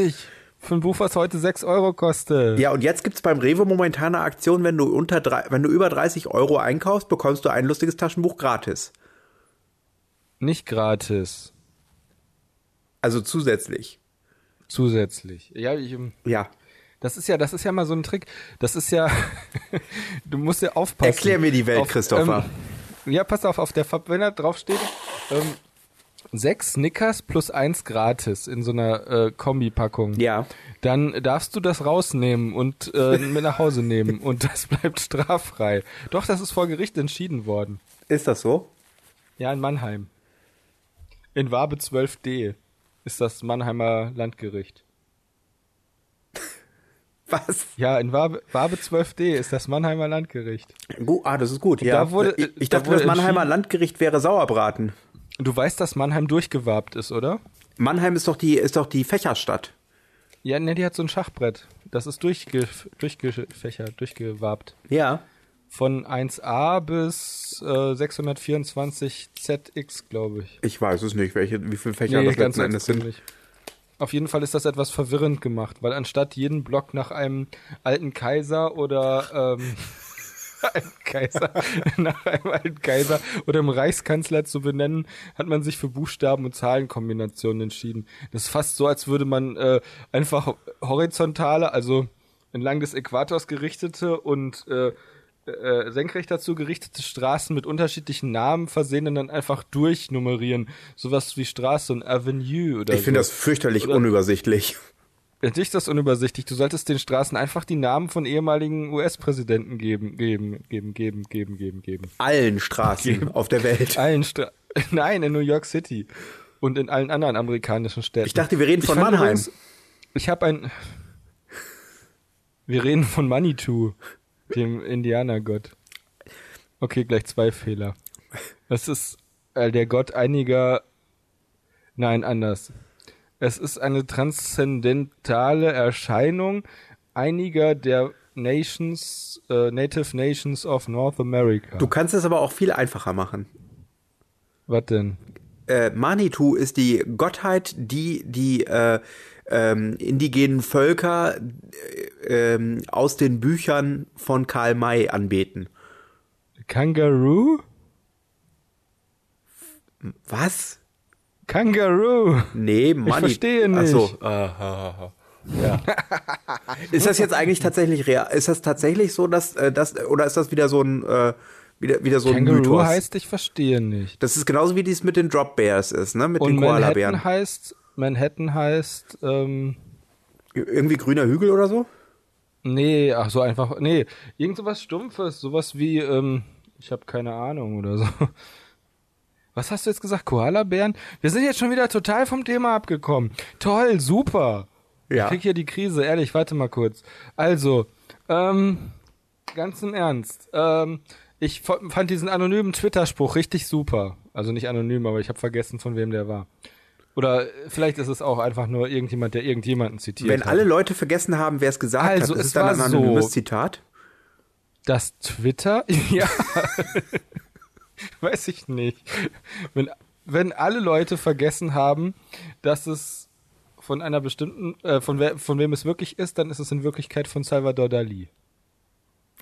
Euro für ein Buch, was heute 6 Euro kostet. Ja, und jetzt gibt's beim Rewe momentan eine Aktion, wenn du unter drei, wenn du über 30 Euro einkaufst, bekommst du ein lustiges Taschenbuch gratis. Nicht gratis. Also zusätzlich. Zusätzlich. Ja, ich, ähm, Ja. das ist ja, das ist ja mal so ein Trick. Das ist ja, du musst ja aufpassen. Erklär mir die Welt, Auf, Christopher. Ähm, ja, pass auf, auf der Fab, wenn da draufsteht, ähm, sechs Snickers plus eins gratis in so einer äh, Kombipackung. Ja. dann darfst du das rausnehmen und äh, mit nach Hause nehmen und das bleibt straffrei. Doch, das ist vor Gericht entschieden worden. Ist das so? Ja, in Mannheim. In Wabe 12d ist das Mannheimer Landgericht. Was? Ja, in Wabe, Wabe 12d ist das Mannheimer Landgericht. Gu- ah, das ist gut. Ja. da wurde- ich, ich da dachte, wurde das Mannheimer entschieden- Landgericht wäre Sauerbraten. Du weißt, dass Mannheim durchgewabt ist, oder? Mannheim ist doch die, ist doch die Fächerstadt. Ja, ne, die hat so ein Schachbrett. Das ist durchge, durchgefächert, durchgewabt. Ja. Von 1a bis äh, 624 ZX, glaube ich. Ich weiß es nicht, welche, wie viele Fächer das letzten Endes sind. ursprünglich. Auf jeden Fall ist das etwas verwirrend gemacht, weil anstatt jeden Block nach einem alten Kaiser oder ähm, einem Kaiser, nach einem alten Kaiser oder einem Reichskanzler zu benennen, hat man sich für Buchstaben und Zahlenkombinationen entschieden. Das ist fast so, als würde man äh, einfach horizontale, also entlang des Äquators gerichtete und äh, äh, senkrecht dazu gerichtete Straßen mit unterschiedlichen Namen versehen und dann einfach durchnummerieren. Sowas wie Straße und Avenue oder Ich finde das so. fürchterlich unübersichtlich. Dich ist das unübersichtlich. Du solltest den Straßen einfach die Namen von ehemaligen US-Präsidenten geben, geben, geben, geben, geben, geben, geben. Allen Straßen auf der Welt. Allen Stra Nein, in New York City und in allen anderen amerikanischen Städten. Ich dachte, wir reden von fand Mannheim. ich habe ein. Wir reden von Manitou, dem Indianergott. Okay, gleich zwei Fehler. Es ist äh, der Gott einiger. Nein, anders. Es ist eine transzendentale Erscheinung einiger der Nations, äh, Native Nations of North America. Du kannst es aber auch viel einfacher machen. Was denn? äh, Manitou ist die Gottheit, die die äh, ähm, indigenen Völker äh, ähm, aus den Büchern von Karl May anbeten. Kangaroo? Was? Kangaroo! Nee, Manitou. verstehe nicht. Ach so. Ah, Ist das jetzt eigentlich tatsächlich real? Ist das tatsächlich so, dass äh, das oder ist das wieder so ein äh, wieder wieder so ein Kangaroo Mythos? heißt, ich verstehe nicht. das ist genauso wie dies mit den Drop Bears ist, ne? Mit Und den Koalabären. Manhattan heißt, Manhattan heißt, ähm, Irgendwie grüner Hügel oder so? nee, ach so einfach, nee, irgend sowas Stumpfes, sowas wie, ähm, ich habe keine Ahnung oder so. Was hast du jetzt gesagt? Koalabären? Wir sind jetzt schon wieder total vom Thema abgekommen. Toll, super. Ja. Ich krieg hier die Krise, ehrlich, warte mal kurz. Also, ähm, ganz im Ernst, ähm, ich f- fand diesen anonymen Twitter-Spruch richtig super. Also nicht anonym, aber ich habe vergessen, von wem der war. Oder äh, vielleicht ist es auch einfach nur irgendjemand, der irgendjemanden zitiert. Wenn hat. alle Leute vergessen haben, wer es gesagt Also, hat, es ist es dann war ein anonymes so. Zitat? Das Twitter? Ja. Weiß ich nicht. Wenn, wenn alle Leute vergessen haben, dass es von einer bestimmten, äh, von, we von wem es wirklich ist, dann ist es in Wirklichkeit von Salvador Dali.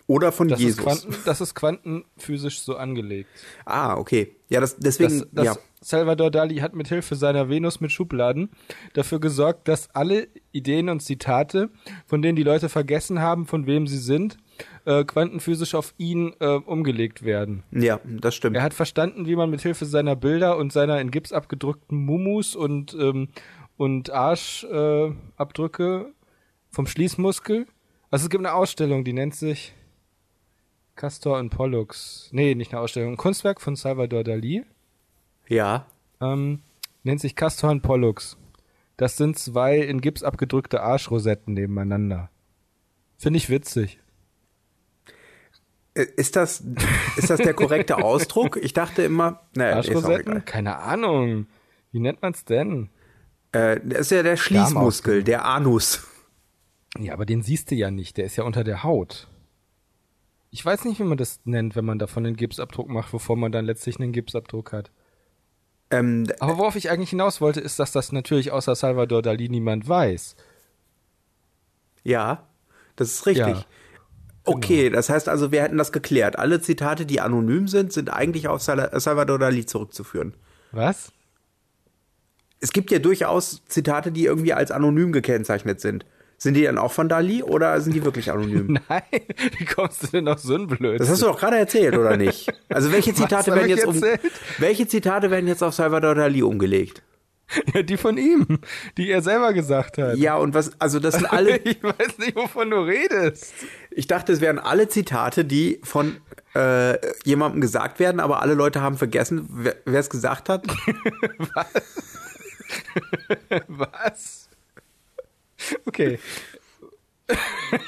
Oder von Das, ist, Jesus. Quanten, das ist quantenphysisch so angelegt. ah, okay. Ja, das, deswegen, Das, das ja. Salvador Dali hat mit Hilfe seiner Venus mit Schubladen dafür gesorgt, dass alle Ideen und Zitate, von denen die Leute vergessen haben, von wem sie sind, äh, quantenphysisch auf ihn äh, umgelegt werden. Ja, das stimmt. Er hat verstanden, wie man mit Hilfe seiner Bilder und seiner in Gips abgedrückten Mumus und, ähm, und Arschabdrücke äh, Abdrücke vom Schließmuskel. Also es gibt eine Ausstellung, die nennt sich Castor und Pollux. Nee, nicht eine Ausstellung. Ein Kunstwerk von Salvador Dali ja. ähm, nennt sich Castor und Pollux. Das sind zwei in Gips abgedrückte Arschrosetten nebeneinander. Finde ich witzig. Äh, Ist das, ist das der korrekte Ausdruck? Ich dachte immer, naja, ist auch Arschrosetten? egal. Keine Ahnung. Wie nennt man's denn? Äh, das ist ja der Schließmuskel, der Anus. Ja, aber den siehst du ja nicht. Der ist ja unter der Haut. Ich weiß nicht, wie man das nennt, wenn man davon einen Gipsabdruck macht, bevor man dann letztlich einen Gipsabdruck hat. Ähm, Aber worauf ich eigentlich hinaus wollte, ist, dass das natürlich außer Salvador Dali niemand weiß. ja, das ist richtig. Ja. genau. Okay, das heißt also, wir hätten das geklärt. Alle Zitate, die anonym sind, sind eigentlich auf Sal Salvador Dali zurückzuführen. Was? Es gibt ja durchaus Zitate, die irgendwie als anonym gekennzeichnet sind. Sind die dann auch von Dali oder sind die wirklich anonym? Nein, wie kommst du denn auf so einen Blödsinn? Das hast du doch gerade erzählt, oder nicht? Also welche Zitate hab werden ich jetzt um, erzählt? welche Zitate werden jetzt auf Salvador Dali umgelegt? Ja, die von ihm, die er selber gesagt hat. Ja, und was also das sind alle Ich weiß nicht, wovon du redest. Ich dachte, es wären alle Zitate, die von äh, jemandem gesagt werden, aber alle Leute haben vergessen, wer wer es gesagt hat. Was? Okay.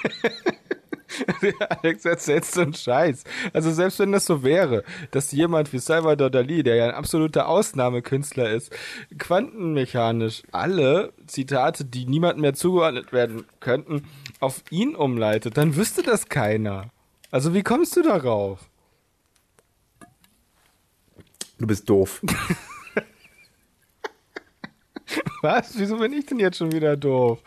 Alex, erzählst du einen Scheiß. Also selbst wenn das so wäre, dass jemand wie Salvador Dali, der ja ein absoluter Ausnahmekünstler ist, quantenmechanisch alle Zitate, die niemand mehr zugeordnet werden könnten, auf ihn umleitet, dann wüsste das keiner. Also wie kommst du darauf? Du bist doof. Was? Wieso bin ich denn jetzt schon wieder doof?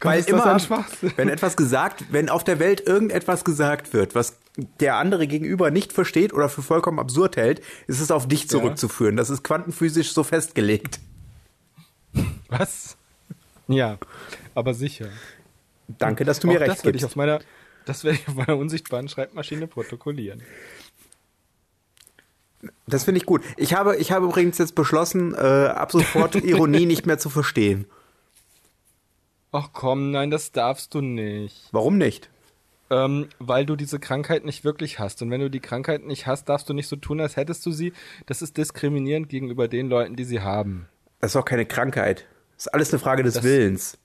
Komm, Weil ist immer, das ein Schwachsinn? wenn etwas gesagt, wenn auf der Welt irgendetwas gesagt wird, was der andere gegenüber nicht versteht oder für vollkommen absurd hält, ist es auf dich zurückzuführen. Das ist quantenphysisch so festgelegt. Was? Ja, aber sicher. Danke, dass du mir Auch recht das werde ich gibst. auf meiner, das werde ich auf meiner unsichtbaren Schreibmaschine protokollieren. Das finde ich gut. Ich habe, ich habe übrigens jetzt beschlossen, äh, ab sofort Ironie nicht mehr zu verstehen. Ach komm, nein, das darfst du nicht. Warum nicht? Ähm, weil du diese Krankheit nicht wirklich hast. Und wenn du die Krankheit nicht hast, darfst du nicht so tun, als hättest du sie. Das ist diskriminierend gegenüber den Leuten, die sie haben. Das ist auch keine Krankheit. Das ist alles eine Frage des Willens.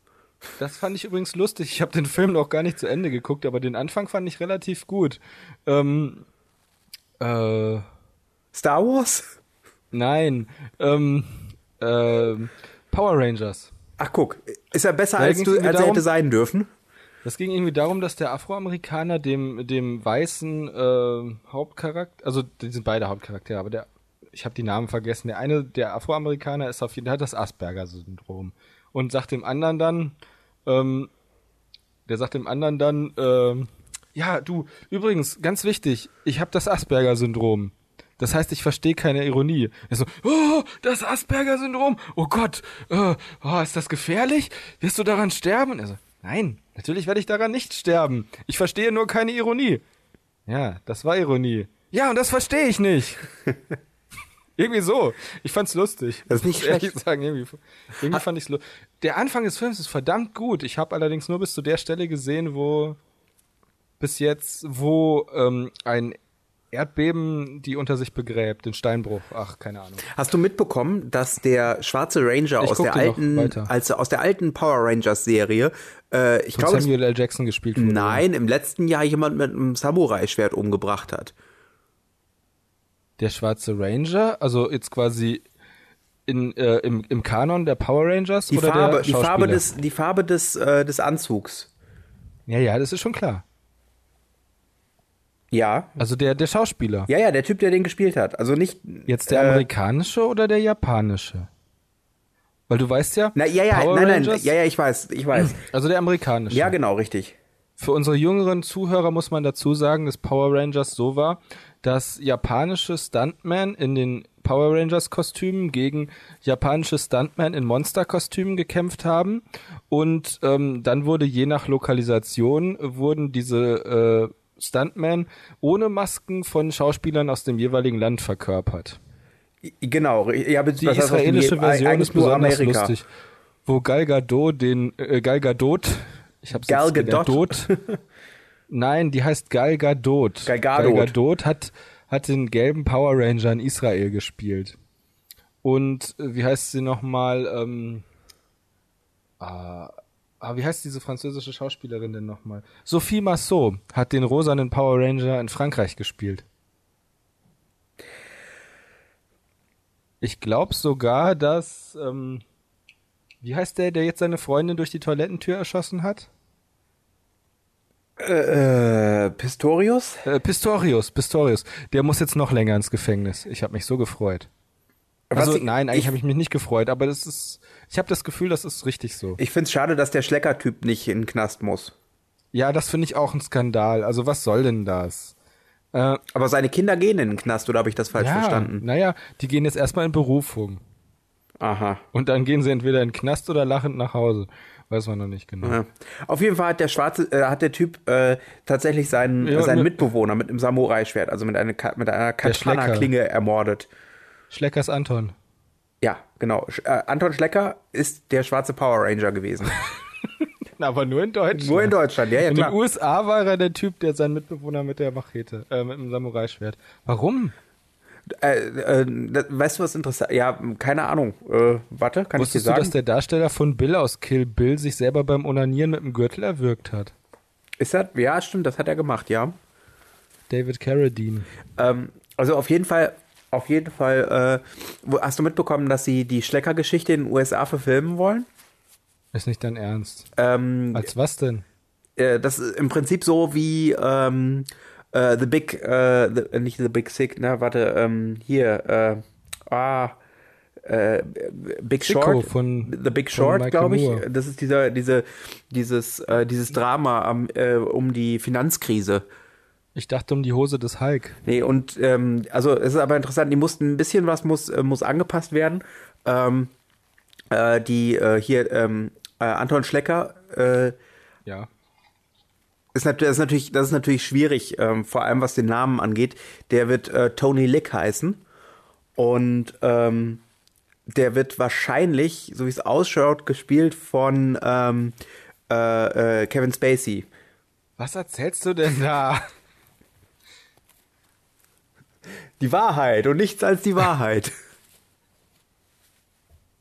Das fand ich übrigens lustig. Ich habe den Film noch gar nicht zu Ende geguckt, aber den Anfang fand ich relativ gut. Ähm, äh, Star Wars? Nein. Ähm, ähm, Power Rangers. Ach guck, ist er besser Da als, ging's du, irgendwie als er hätte darum- sein dürfen? Das ging irgendwie darum, dass der Afroamerikaner dem, dem weißen äh, Hauptcharakter, also die sind beide Hauptcharaktere, aber der, ich habe die Namen vergessen. Der eine, der Afroamerikaner ist auf jeden Fall das Asperger-Syndrom und sagt dem anderen dann, ähm, der sagt dem anderen dann, ähm, ja, du, übrigens, ganz wichtig, ich habe das Asperger-Syndrom. Das heißt, ich verstehe keine Ironie. Er so, oh, das Asperger-Syndrom, oh Gott, äh, oh, ist das gefährlich? Wirst du daran sterben? Und er so, nein, natürlich werde ich daran nicht sterben. Ich verstehe nur keine Ironie. Ja, das war Ironie. Ja, und das verstehe ich nicht. irgendwie so. Ich fand's lustig. Das ist nicht Muss ehrlich schlecht. sagen, irgendwie, irgendwie fand ich's lustig. Der Anfang des Films ist verdammt gut. Ich habe allerdings nur bis zu der Stelle gesehen, wo bis jetzt, wo ähm, ein Erdbeben die unter sich begräbt, den Steinbruch. Ach, keine Ahnung. Hast du mitbekommen, dass der schwarze Ranger Ich aus guck der, dir noch alten, weiter. also aus der alten Power Rangers Serie, äh, ich Von glaube, es- Samuel L. Jackson gespielt wurde. nein, im letzten Jahr jemand mit einem Samurai-Schwert umgebracht hat. Der schwarze Ranger, also jetzt quasi in, äh, im, im Kanon der Power Rangers Die oder Farbe, der die Farbe Schauspieler? des, die Farbe des, äh, des Anzugs. Ja, ja, das ist schon klar. Ja. Also der, der Schauspieler. Ja, ja, der Typ, der den gespielt hat. Also nicht. Jetzt der äh, amerikanische oder der japanische? Weil du weißt ja. Na, ja, ja, Power nein, nein, Rangers- ja, ja, ich weiß, ich weiß. Also der amerikanische. ja, genau, richtig. Für unsere jüngeren Zuhörer muss man dazu sagen, dass Power Rangers so war, dass japanische Stuntmen in den Power Rangers Kostümen gegen japanische Stuntmen in Monster Kostümen gekämpft haben und ähm, dann wurde je nach Lokalisation äh, wurden diese äh, Stuntmen ohne Masken von Schauspielern aus dem jeweiligen Land verkörpert. I- Genau, ri- ja, Die beziehungsweise was heißt israelische aus dem- Version eigentlich ist nur besonders Amerika. lustig, wo Gal Gadot den äh, Gal Gadot, ich hab's Gal jetzt gelernt, Gadot? Dot. Nein, die heißt Gal Gadot. Gal Gadot. Gal Gadot hat hat den gelben Power Ranger in Israel gespielt. Und äh, wie heißt sie nochmal? Ähm, ah, ah, wie heißt diese französische Schauspielerin denn nochmal? Sophie Massot hat den rosanen Power Ranger in Frankreich gespielt. Ich glaube sogar, dass. Ähm, wie heißt der, der jetzt seine Freundin durch die Toilettentür erschossen hat? Äh, Pistorius? Äh, Pistorius, Pistorius. Der muss jetzt noch länger ins Gefängnis. Ich habe mich so gefreut. Was Also ich- nein, eigentlich ich- habe ich mich nicht gefreut, aber das ist. Ich habe das Gefühl, das ist richtig so. Ich find's schade, dass der Schlecker-Typ nicht in den Knast muss. Ja, das finde ich auch ein Skandal. Also was soll denn das? Äh, Aber seine Kinder gehen in den Knast, oder habe ich das falsch ja, verstanden? naja, die gehen jetzt erstmal in Berufung. Aha. Und dann gehen sie entweder in den Knast oder lachend nach Hause. Weiß man noch nicht genau. Ja. Auf jeden Fall hat der schwarze, äh, hat der Typ äh, tatsächlich seinen, äh, Ja, seinen mit- Mitbewohner mit einem Samurai-Schwert, also mit einer, Ka- mit einer Schlecker. Katana-Klinge ermordet. Schleckers Anton. Ja, genau. Sch äh, Anton Schlecker ist der schwarze Power Ranger gewesen. Aber nur in Deutschland. Nur in Deutschland, ja, ja, In den klar. USA war er der Typ, der seinen Mitbewohner mit der Machete, äh, mit dem Samurai-Schwert. Warum? Äh, äh, das, weißt du, was interessant? Ja, keine Ahnung. Äh, warte, kann Wusstest ich du, dir dass sagen? der Darsteller von Bill aus Kill Bill sich selber beim Onanieren mit dem Gürtel erwürgt hat? ist das, ja, stimmt, das hat er gemacht, ja. David Carradine. Ähm, also auf jeden Fall, auf jeden Fall, äh, wo- hast du mitbekommen, dass sie die Schlecker-Geschichte in den USA verfilmen wollen? Ist nicht dein Ernst. Ähm, Als was denn? äh, das ist im Prinzip so wie ähm, äh, The Big, äh, the, äh, nicht The Big Sick, ne, warte, ähm, hier, äh, ah, äh, Big Sicko Short. von- The Big von Short, Michael glaube ich. Moore. Das ist dieser, diese, dieses, äh, dieses Drama am, äh, um die Finanzkrise. Ich dachte um die Hose des Hulk. Nee, und ähm, also es ist aber interessant, die mussten ein bisschen was muss, äh, muss angepasst werden. Ähm, äh, die äh, hier ähm, äh, Anton Schlecker äh, Ja. ist, nat- das ist natürlich, das ist natürlich schwierig, ähm, vor allem was den Namen angeht. Der wird äh, Tony Lick heißen. Und ähm, der wird wahrscheinlich, so wie es ausschaut, gespielt von ähm, äh, äh, Kevin Spacey. Was erzählst du denn da? Die Wahrheit und nichts als die Wahrheit.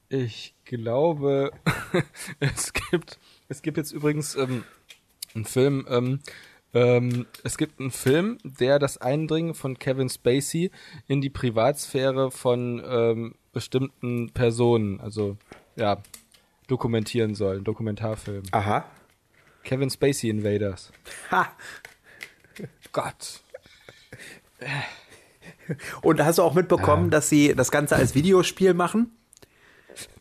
Ich glaube, es gibt, es gibt jetzt übrigens ähm, einen Film, ähm, ähm, es gibt einen Film, der das Eindringen von Kevin Spacey in die Privatsphäre von ähm, bestimmten Personen, also ja, dokumentieren soll, ein Dokumentarfilm. Aha. Kevin Spacey Invaders. Ha. Gott. Und hast du auch mitbekommen, dass sie das Ganze als Videospiel machen?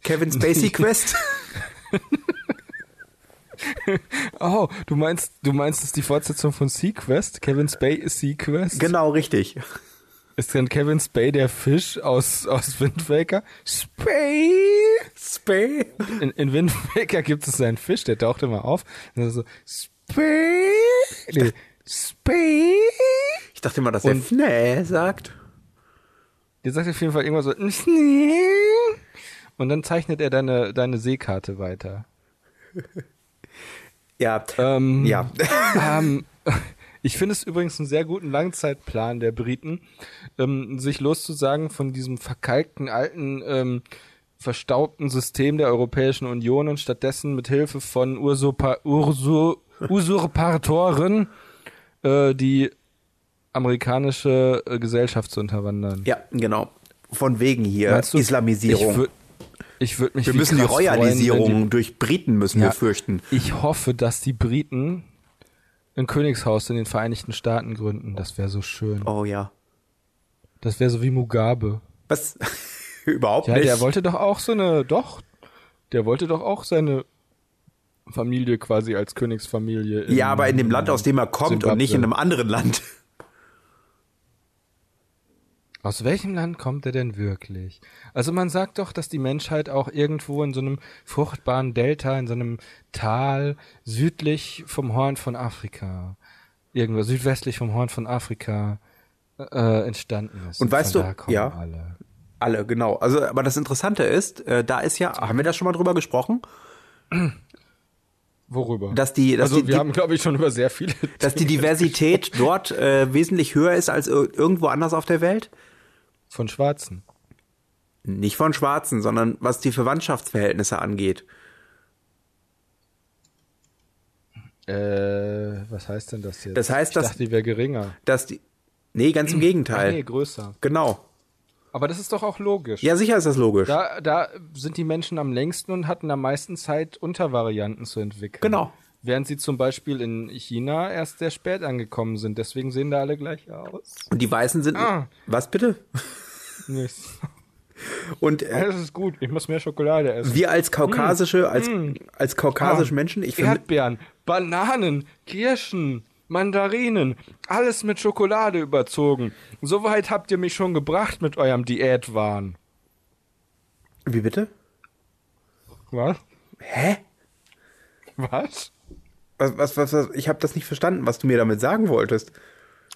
Kevin Spacey Quest? Oh, du meinst, du meinst, es ist die Fortsetzung von Sequest? Kevin Spacey Sequest? genau, richtig. Ist denn Kevin Spacey der Fisch aus, aus Wind Waker? Spay! Spacey? In, in Wind Waker gibt es einen Fisch, der taucht immer auf. Und dann so, Spay! Nee, Spay! Ich dachte immer, dass er Und- Fnä sagt. Der sagt auf jeden Fall irgendwas so, "Nsnee." und dann zeichnet er deine, deine Seekarte weiter. Ja. Ähm, Ja. Ähm, ich finde es übrigens einen sehr guten Langzeitplan der Briten, ähm, sich loszusagen von diesem verkalkten alten ähm, verstaubten System der Europäischen Union und stattdessen mit Hilfe von Usurpa Ursur Usurpatoren äh, die amerikanische äh, Gesellschaft zu unterwandern. Ja, genau. Von wegen hier Meinst du, Islamisierung. Ich würd- Ich würde mich wir wie müssen die krass freuen, wenn die Royalisierung durch Briten müssen ja, wir fürchten. Ich hoffe, dass die Briten ein Königshaus in den Vereinigten Staaten gründen. Das wäre so schön. Oh ja. Das wäre so wie Mugabe. Was? Überhaupt Ja, nicht. der wollte doch auch so eine, doch, der wollte doch auch seine Familie quasi als Königsfamilie. ja, aber in dem Land, aus dem er kommt und Simbabwe. nicht in einem anderen Land. Aus welchem Land kommt er denn wirklich? Also man sagt doch, dass die Menschheit auch irgendwo in so einem fruchtbaren Delta, in so einem Tal südlich vom Horn von Afrika, irgendwo südwestlich vom Horn von Afrika äh, entstanden ist. Und weißt von du- da kommen ja. alle. Alle, genau. Also, aber das Interessante ist, äh, da ist ja, haben wir da schon mal drüber gesprochen, Worüber? dass die, dass also die, wir die haben, glaube ich, schon über sehr viele. dass die Diversität dort äh, wesentlich höher ist als ir- irgendwo anders auf der Welt? von Schwarzen. Nicht von Schwarzen, sondern was die Verwandtschaftsverhältnisse angeht. Äh, was heißt denn das jetzt? Das heißt, ich dass- dachte, die wäre geringer. Dass die, nee, ganz im Gegenteil. Nee, größer. Genau. Aber das ist doch auch logisch. Ja, sicher ist das logisch. Da, da sind die Menschen am längsten und hatten am meisten Zeit, Untervarianten zu entwickeln. Genau. Während sie zum Beispiel in China erst sehr spät angekommen sind. Deswegen sehen da alle gleich aus. Und die Weißen sind, Ah. was bitte? Nichts. Und äh, Das ist gut. Ich muss mehr Schokolade essen. wir als kaukasische, als, als kaukasische Hm. Ah. Menschen, ich finde, Erdbeeren, Bananen, Kirschen, Mandarinen. Alles mit Schokolade überzogen. So weit habt ihr mich schon gebracht mit eurem Diätwahn. wie bitte? Was? Hä? Was? Was, was, was, was? Ich habe das nicht verstanden, was du mir damit sagen wolltest.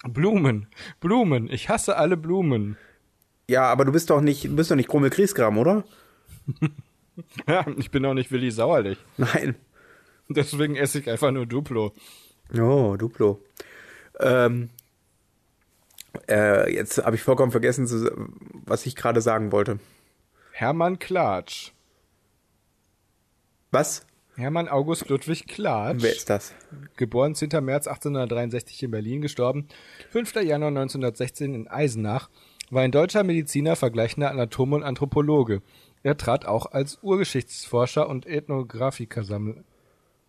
Blumen. Blumen. Ich hasse alle Blumen. Ja, aber du bist doch nicht, du bist doch nicht Grummel Griesgram, oder? Ja, ich bin auch nicht Willi Sauerlich. Nein. Deswegen esse ich einfach nur Duplo. Oh, Duplo. Ähm, äh, jetzt habe ich vollkommen vergessen, zu, was ich gerade sagen wollte. Hermann Klatsch. Was? Hermann August Ludwig Klatsch. Wer ist das? Geboren 10. März 1863 in Berlin, gestorben 5. Januar 1916 in Eisenach, war ein deutscher Mediziner, vergleichender Anatom und Anthropologe. Er trat auch als Urgeschichtsforscher und Ethnografikersam-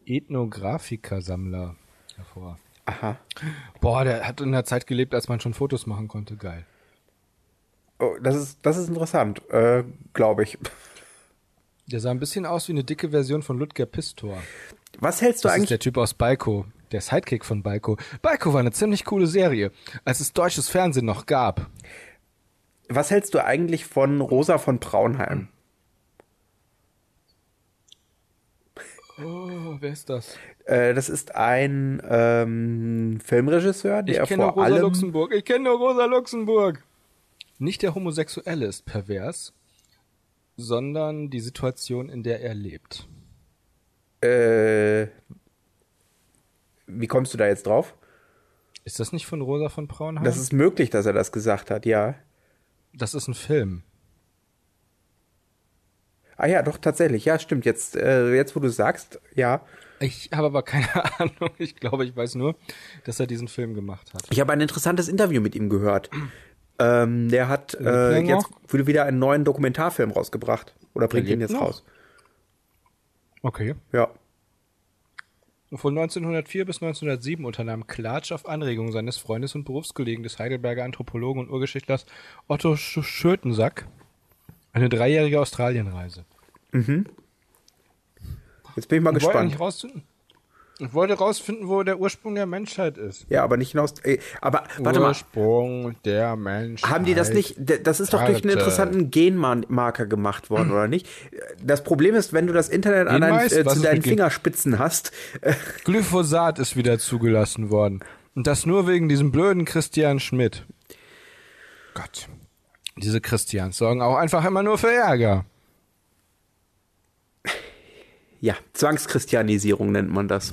Ethnografikerssammler hervor. Aha. Boah, der hat in der Zeit gelebt, als man schon Fotos machen konnte. Geil. Oh, das ist, das ist interessant, äh, glaube ich. Der sah ein bisschen aus wie eine dicke Version von Ludger Pistor. Was hältst du Das ist eigentlich? der Typ aus Balko, der Sidekick von Balko. Balko war eine ziemlich coole Serie, als es deutsches Fernsehen noch gab. Was hältst du eigentlich von Rosa von Braunheim? Oh, wer ist das? Äh, das ist ein ähm, Filmregisseur, Ich der kenne nur vor Rosa allem Luxemburg. Ich kenne nur Rosa Luxemburg. Nicht der Homosexuelle ist pervers, sondern die Situation, in der er lebt. Äh, wie kommst du da jetzt drauf? Ist das nicht von Rosa von Braunheim? Das ist möglich, dass er das gesagt hat, ja. das ist ein Film. Ah ja, doch, tatsächlich. Ja, stimmt. Jetzt, äh, jetzt wo du sagst, ja. Ich habe aber keine Ahnung. Ich glaube, ich weiß nur, dass er diesen Film gemacht hat. Ich habe ein interessantes Interview mit ihm gehört. Ähm, der hat äh, bringt jetzt noch? wurde wieder einen neuen Dokumentarfilm rausgebracht. Oder bringt ihn lebt jetzt noch? raus. Okay. Ja. Von 1904 bis 1907 unternahm Klatsch auf Anregung seines Freundes und Berufskollegen des Heidelberger Anthropologen und Urgeschichtlers Otto Sch Schötensack eine dreijährige Australienreise. Jetzt bin ich mal Ich wollte, eigentlich gespannt. rausfinden, ich wollte rausfinden, wo der Ursprung der Menschheit ist. Ja, aber nicht hinaus. Ey, aber warte mal, Ursprung der Menschheit. haben die das nicht? d- Das ist doch durch einen Warte. interessanten Genmarker gemacht worden, oder nicht? Das Problem ist, wenn du das Internet an deinen, Hinweis? äh, Was zu ist deinen mit Gen- Fingerspitzen hast, äh, Glyphosat ist wieder zugelassen worden. Und das nur wegen diesem blöden Christian Schmidt. Gott. Diese Christians sorgen auch einfach immer nur für Ärger. ja, Zwangschristianisierung nennt man das.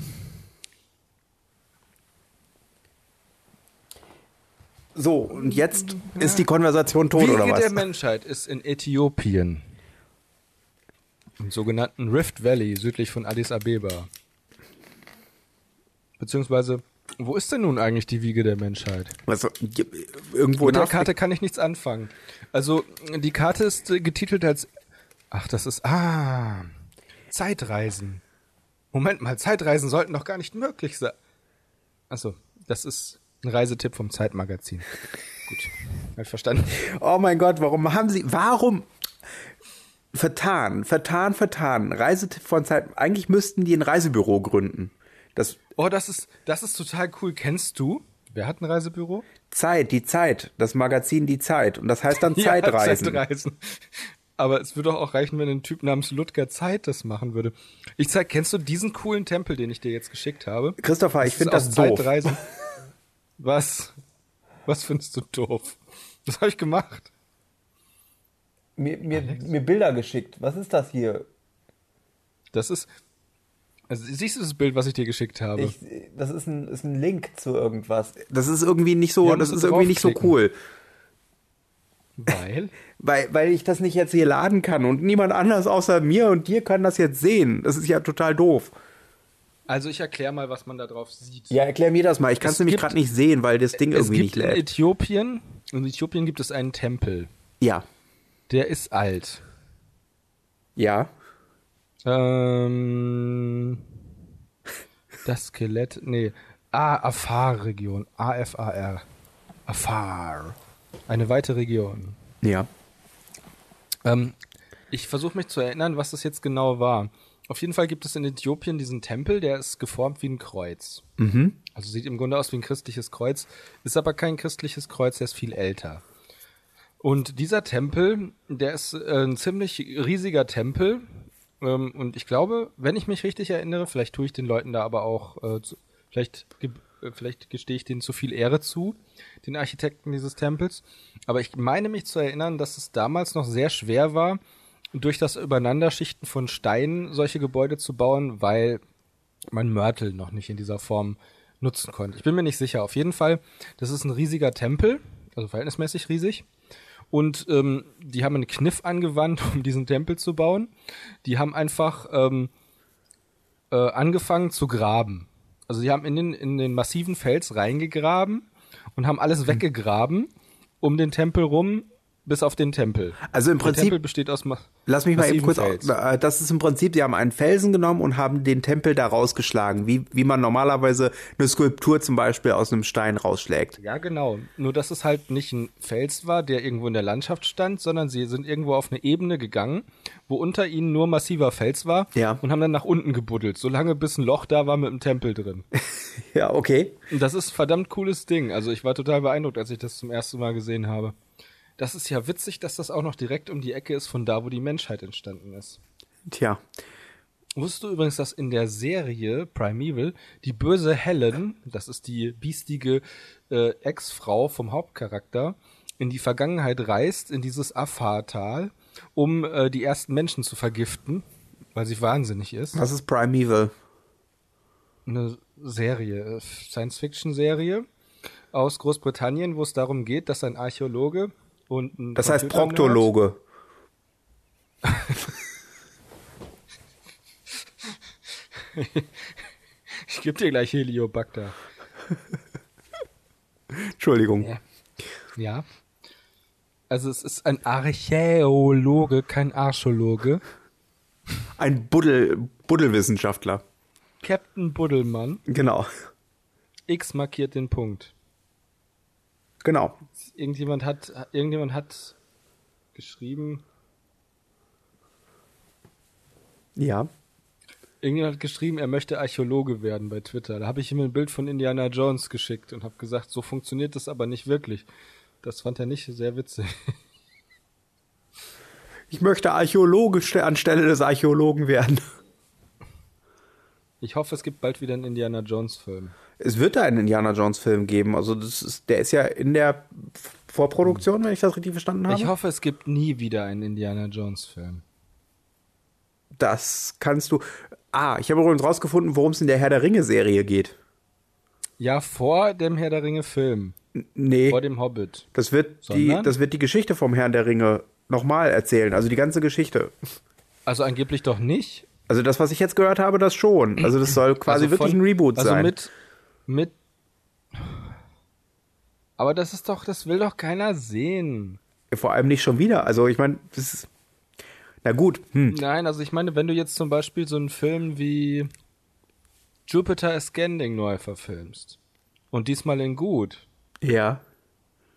So, und jetzt ist die Konversation tot, oder Wiege was? der Menschheit ist in Äthiopien. Im sogenannten Rift Valley, südlich von Addis Abeba. Beziehungsweise, wo ist denn nun eigentlich die Wiege der Menschheit? Was, ge- irgendwo Mit in der Afrika. Karte kann ich nichts anfangen. Also, die Karte ist äh, getitelt als. Ach, das ist. Ah. Zeitreisen. Moment mal, Zeitreisen sollten doch gar nicht möglich sein. Achso, das ist ein Reisetipp vom Zeitmagazin. Gut, hab ich verstanden. Oh mein Gott, warum haben sie, warum? Vertan, vertan, vertan. Reisetipp von Zeit. Eigentlich müssten die ein Reisebüro gründen. Das Oh, das ist, das ist total cool. Kennst du? Wer hat ein Reisebüro? Zeit, die Zeit, das Magazin Die Zeit. Und das heißt dann Zeitreisen. Ja, Zeitreisen. Aber es würde doch auch reichen, wenn ein Typ namens Ludger Zeit das machen würde. Ich zeig, kennst du diesen coolen Tempel, den ich dir jetzt geschickt habe? Christopher, ich finde aus das doof. Zeitreisen. Was? Was findest du doof? Das habe ich gemacht. Mir, mir, mir Bilder geschickt. Was ist das hier? Das ist. Also siehst du das Bild, was ich dir geschickt habe? Ich, das ist ein, ist ein Link zu irgendwas. Das ist irgendwie nicht so, Ja, das musst ist du irgendwie nicht so draufklicken. cool. Weil. Weil, weil ich das nicht jetzt hier laden kann und niemand anders außer mir und dir kann das jetzt sehen. Das ist ja total doof. Also ich erkläre mal, was man da drauf sieht. Ja, erklär mir das mal. Ich kann es Es nämlich gibt- gerade nicht sehen, weil das Ding es irgendwie gibt nicht ne? in lädt. Äthiopien, in Äthiopien gibt es einen Tempel. Ja. Der ist alt. Ja. Ähm, das Skelett, nee. Ah, Afar-Region. A-F-A-R. Afar. Eine weite Region. Ja. Ähm, ich versuche mich zu erinnern, was das jetzt genau war. Auf jeden Fall gibt es in Äthiopien diesen Tempel, der ist geformt wie ein Kreuz. Also sieht im Grunde aus wie ein christliches Kreuz, ist aber kein christliches Kreuz, der ist viel älter. Und dieser Tempel, der ist äh, ein ziemlich riesiger Tempel. Ähm, und ich glaube, wenn ich mich richtig erinnere, vielleicht tue ich den Leuten da aber auch, äh, zu, vielleicht, ge- äh, vielleicht gestehe ich denen zu viel Ehre zu, den Architekten dieses Tempels. Aber ich meine mich zu erinnern, dass es damals noch sehr schwer war, durch das Übereinanderschichten von Steinen solche Gebäude zu bauen, weil man Mörtel noch nicht in dieser Form nutzen konnte. Ich bin mir nicht sicher. Auf jeden Fall, das ist ein riesiger Tempel, also verhältnismäßig riesig. Und ähm, die haben einen Kniff angewandt, um diesen Tempel zu bauen. Die haben einfach ähm, äh, angefangen zu graben. Also die haben in den, in den massiven Fels reingegraben und haben Mhm. alles weggegraben um den Tempel rum, bis auf den Tempel. Also im der Tempel Prinzip, besteht aus ma lass mich mal eben massiven kurz, Fels. äh, das ist im Prinzip, sie haben einen Felsen genommen und haben den Tempel da rausgeschlagen, wie, wie man normalerweise eine Skulptur zum Beispiel aus einem Stein rausschlägt. Ja, genau. Nur, dass es halt nicht ein Fels war, der irgendwo in der Landschaft stand, sondern sie sind irgendwo auf eine Ebene gegangen, wo unter ihnen nur massiver Fels war Ja. und haben dann nach unten gebuddelt, solange bis ein Loch da war mit einem Tempel drin. Ja, okay. Und das ist ein verdammt cooles Ding. Also ich war total beeindruckt, als ich das zum ersten Mal gesehen habe. Das ist ja witzig, dass das auch noch direkt um die Ecke ist von da, wo die Menschheit entstanden ist. Tja. Wusstest du übrigens, dass in der Serie Primeval die böse Helen, das ist die biestige äh, Ex-Frau vom Hauptcharakter, in die Vergangenheit reist, in dieses Afar-Tal, um äh, die ersten Menschen zu vergiften, weil sie wahnsinnig ist? Was ist Primeval? Eine Serie, äh, Science-Fiction-Serie aus Großbritannien, wo es darum geht, dass ein Archäologe und ein Das heißt Computer-Nerd- Proktologe. Ich geb dir gleich Heliobacter. Entschuldigung. Ja. Ja. Also es ist ein Archäologe, kein Archäologe. Ein Buddel, Buddelwissenschaftler. Captain Buddelmann. Genau. X markiert den Punkt. Genau. Irgendjemand hat, irgendjemand hat geschrieben, Ja. irgendjemand hat geschrieben, er möchte Archäologe werden bei Twitter. Da habe ich ihm ein Bild von Indiana Jones geschickt und habe gesagt, so funktioniert das aber nicht wirklich. Das fand er nicht sehr witzig. Ich möchte Archäologe ste- anstelle des Archäologen werden. Ich hoffe, es gibt bald wieder einen Indiana Jones Film. Es wird da einen Indiana Jones Film geben. Also das ist, der ist ja in der Vorproduktion, wenn ich das richtig verstanden habe. Ich hoffe, es gibt nie wieder einen Indiana Jones Film. das kannst du. Ah, ich habe übrigens rausgefunden, worum es in der Herr der Ringe Serie geht. Ja, vor dem Herr der Ringe Film. N- Nee, Vor dem Hobbit. das wird die, Sondern? das wird die Geschichte vom Herrn der Ringe nochmal erzählen. Also die ganze Geschichte. Also angeblich doch nicht. Also das, was ich jetzt gehört habe, das schon. Also das soll quasi also wirklich ein Reboot also sein. Mit, mit. Aber das ist doch, das will doch keiner sehen. Vor allem nicht schon wieder. Also ich meine, das ist. Na gut, hm. Nein, also ich meine, wenn du jetzt zum Beispiel so einen Film wie Jupiter Ascending neu verfilmst, und diesmal in gut, Ja.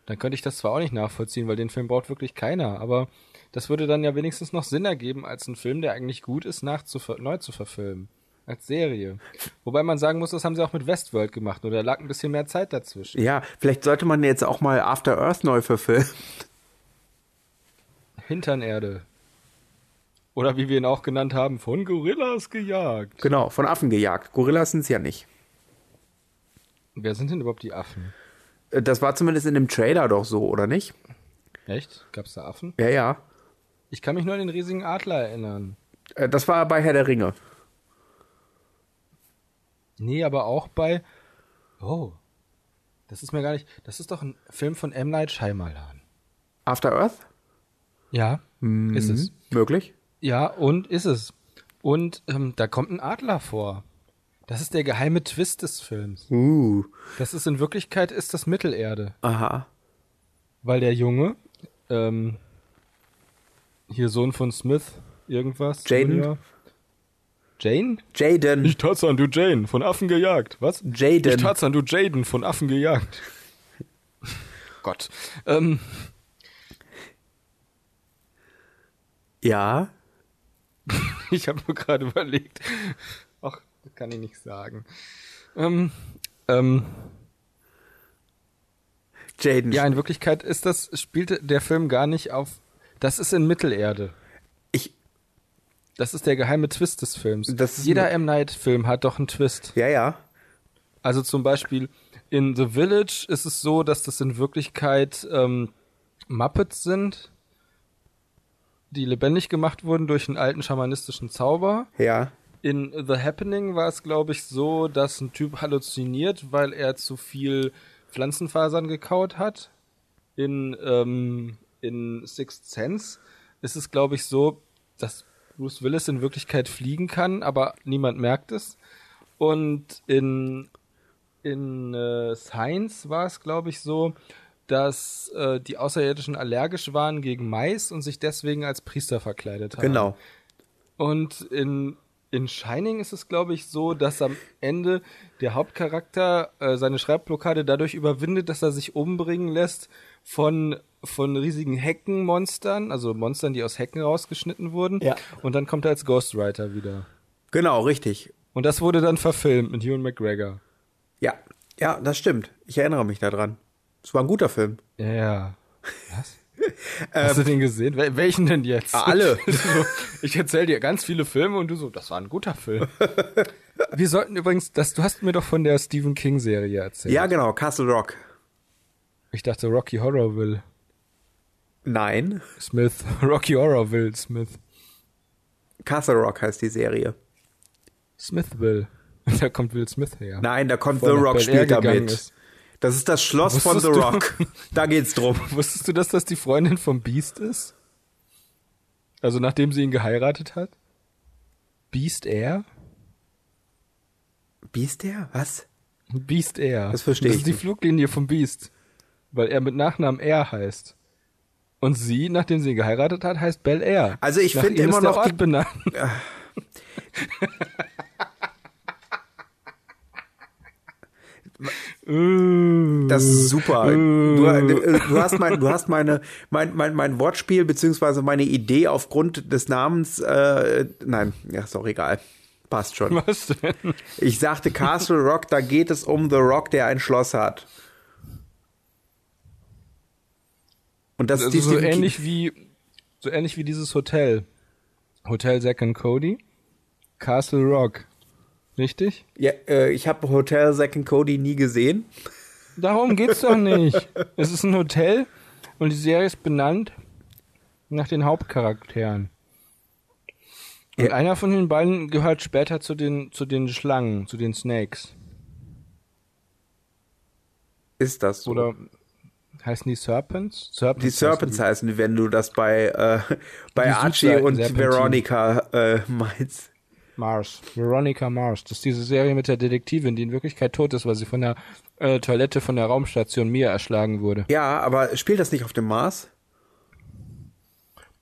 dann könnte ich das zwar auch nicht nachvollziehen, weil den Film braucht wirklich keiner, aber das würde dann ja wenigstens noch Sinn ergeben, als ein Film, der eigentlich gut ist, nachzuver neu zu verfilmen. Als Serie. Wobei man sagen muss, das haben sie auch mit Westworld gemacht, nur da lag ein bisschen mehr Zeit dazwischen. Ja, vielleicht sollte man jetzt auch mal After Earth neu verfilmen. Hinternerde. Oder wie wir ihn auch genannt haben, von Gorillas gejagt. Genau, von Affen gejagt. Gorillas sind es ja nicht. Wer sind denn überhaupt die Affen? Äh, Das war zumindest in dem Trailer doch so, oder nicht? Echt? Gab's da Affen? Ja, ja. Ich kann mich nur an den riesigen Adler erinnern. Äh, Das war bei Herr der Ringe. Nee, aber auch bei. Oh. Das ist mir gar nicht. Das ist doch ein Film von M. Night Shyamalan. After Earth? Ja. Ist es. Möglich? Ja, und ist es. Und ähm, da kommt ein Adler vor. Das ist der geheime Twist des Films. Uh. Das ist in Wirklichkeit ist das Mittelerde. Aha. Weil der Junge, ähm, hier Sohn von Smith, irgendwas. Jaden? Junior. Jane? Jaden. Nicht Tarzan, du Jane, von Affen gejagt. Was? Jaden. Nicht Tarzan, du Jaden, von Affen gejagt. Gott. Ähm, Ja. ich habe nur gerade überlegt. Ach, das kann ich nicht sagen. Ähm, ähm, Jaden. ja, in Wirklichkeit ist das, spielte der Film gar nicht auf. Das ist in Mittelerde. Ich, Das ist der geheime Twist des Films. Das ist Jeder mir- M. Night-Film hat doch einen Twist. ja, ja. Also zum Beispiel in The Village ist es so, dass das in Wirklichkeit ähm, Muppets sind, die lebendig gemacht wurden durch einen alten schamanistischen Zauber. Ja. In The Happening war es, glaube ich, so, dass ein Typ halluziniert, weil er zu viel Pflanzenfasern gekaut hat. In, ähm, in Sixth Sense ist es, glaube ich, so, dass Bruce Willis in Wirklichkeit fliegen kann, aber niemand merkt es. Und in, in äh, Science war es, glaube ich, so, dass äh, die Außerirdischen allergisch waren gegen Mais und sich deswegen als Priester verkleidet haben. Genau. Und in, in Shining ist es, glaube ich, so, dass am Ende der Hauptcharakter äh, seine Schreibblockade dadurch überwindet, dass er sich umbringen lässt von, von riesigen Heckenmonstern, also Monstern, die aus Hecken rausgeschnitten wurden. Ja. Und dann kommt er als Ghostwriter wieder. Genau, richtig. Und das wurde dann verfilmt mit Ewan McGregor. Ja. Ja, das stimmt. Ich erinnere mich daran. Es war ein guter Film. Ja. Was? Hast du den gesehen? Wel welchen denn jetzt? Ähm, Ah, Alle. So, ich erzähle dir ganz viele Filme und du so, das war ein guter Film. Wir sollten übrigens, das, du hast mir doch von der Stephen King Serie erzählt. Ja, genau. Castle Rock. Ich dachte Rocky Horrorville Nein. Smith. Rocky Horrorville Smith. Castle Rock heißt die Serie. Smithville. Da kommt Will Smith her. Nein, da kommt Bevor The er nach Rock Bel Air später gegangen mit. ist. Das ist das Schloss von Wusstest The du? Rock. Da geht's drum. Wusstest du, dass das die Freundin vom Beast ist? Also nachdem sie ihn geheiratet hat? Beast Air? Beast der? Was? Beast Air. Das verstehe Das ich ist die nicht. Fluglinie vom Beast. Weil er mit Nachnamen Air heißt. Und sie, nachdem sie ihn geheiratet hat, heißt Bel Air. Also ich Nach finde ihm immer ist der noch die- Ort benannt. Das ist super. Du, äh, du hast mein, du hast meine, mein, mein, mein Wortspiel beziehungsweise meine Idee aufgrund des Namens. Äh, nein, ja, ist doch egal. Passt schon. Was denn? Ich sagte Castle Rock, da geht es um The Rock, der ein Schloss hat. Und das, Das ist die ist Also so Stephen King- ähnlich wie so ähnlich wie dieses Hotel. Hotel Zack and Cody, Castle Rock. Richtig? Ja, äh, ich habe Hotel Zack and Cody nie gesehen. Darum geht's doch nicht. Es ist ein Hotel und die Serie ist benannt nach den Hauptcharakteren. Und Ja. einer von den beiden gehört später zu den zu den Schlangen, zu den Snakes Ist das so? oder heißen die Serpents? Serpents Die Serpents heißen, die, wenn du das bei, äh, bei Die Archie Südseiten- und Serpentin. Veronica äh, meinst. Mars, Veronica Mars. Das ist diese Serie mit der Detektivin, die in Wirklichkeit tot ist, weil sie von der äh, Toilette von der Raumstation Mir erschlagen wurde. Ja, aber spielt das nicht auf dem Mars?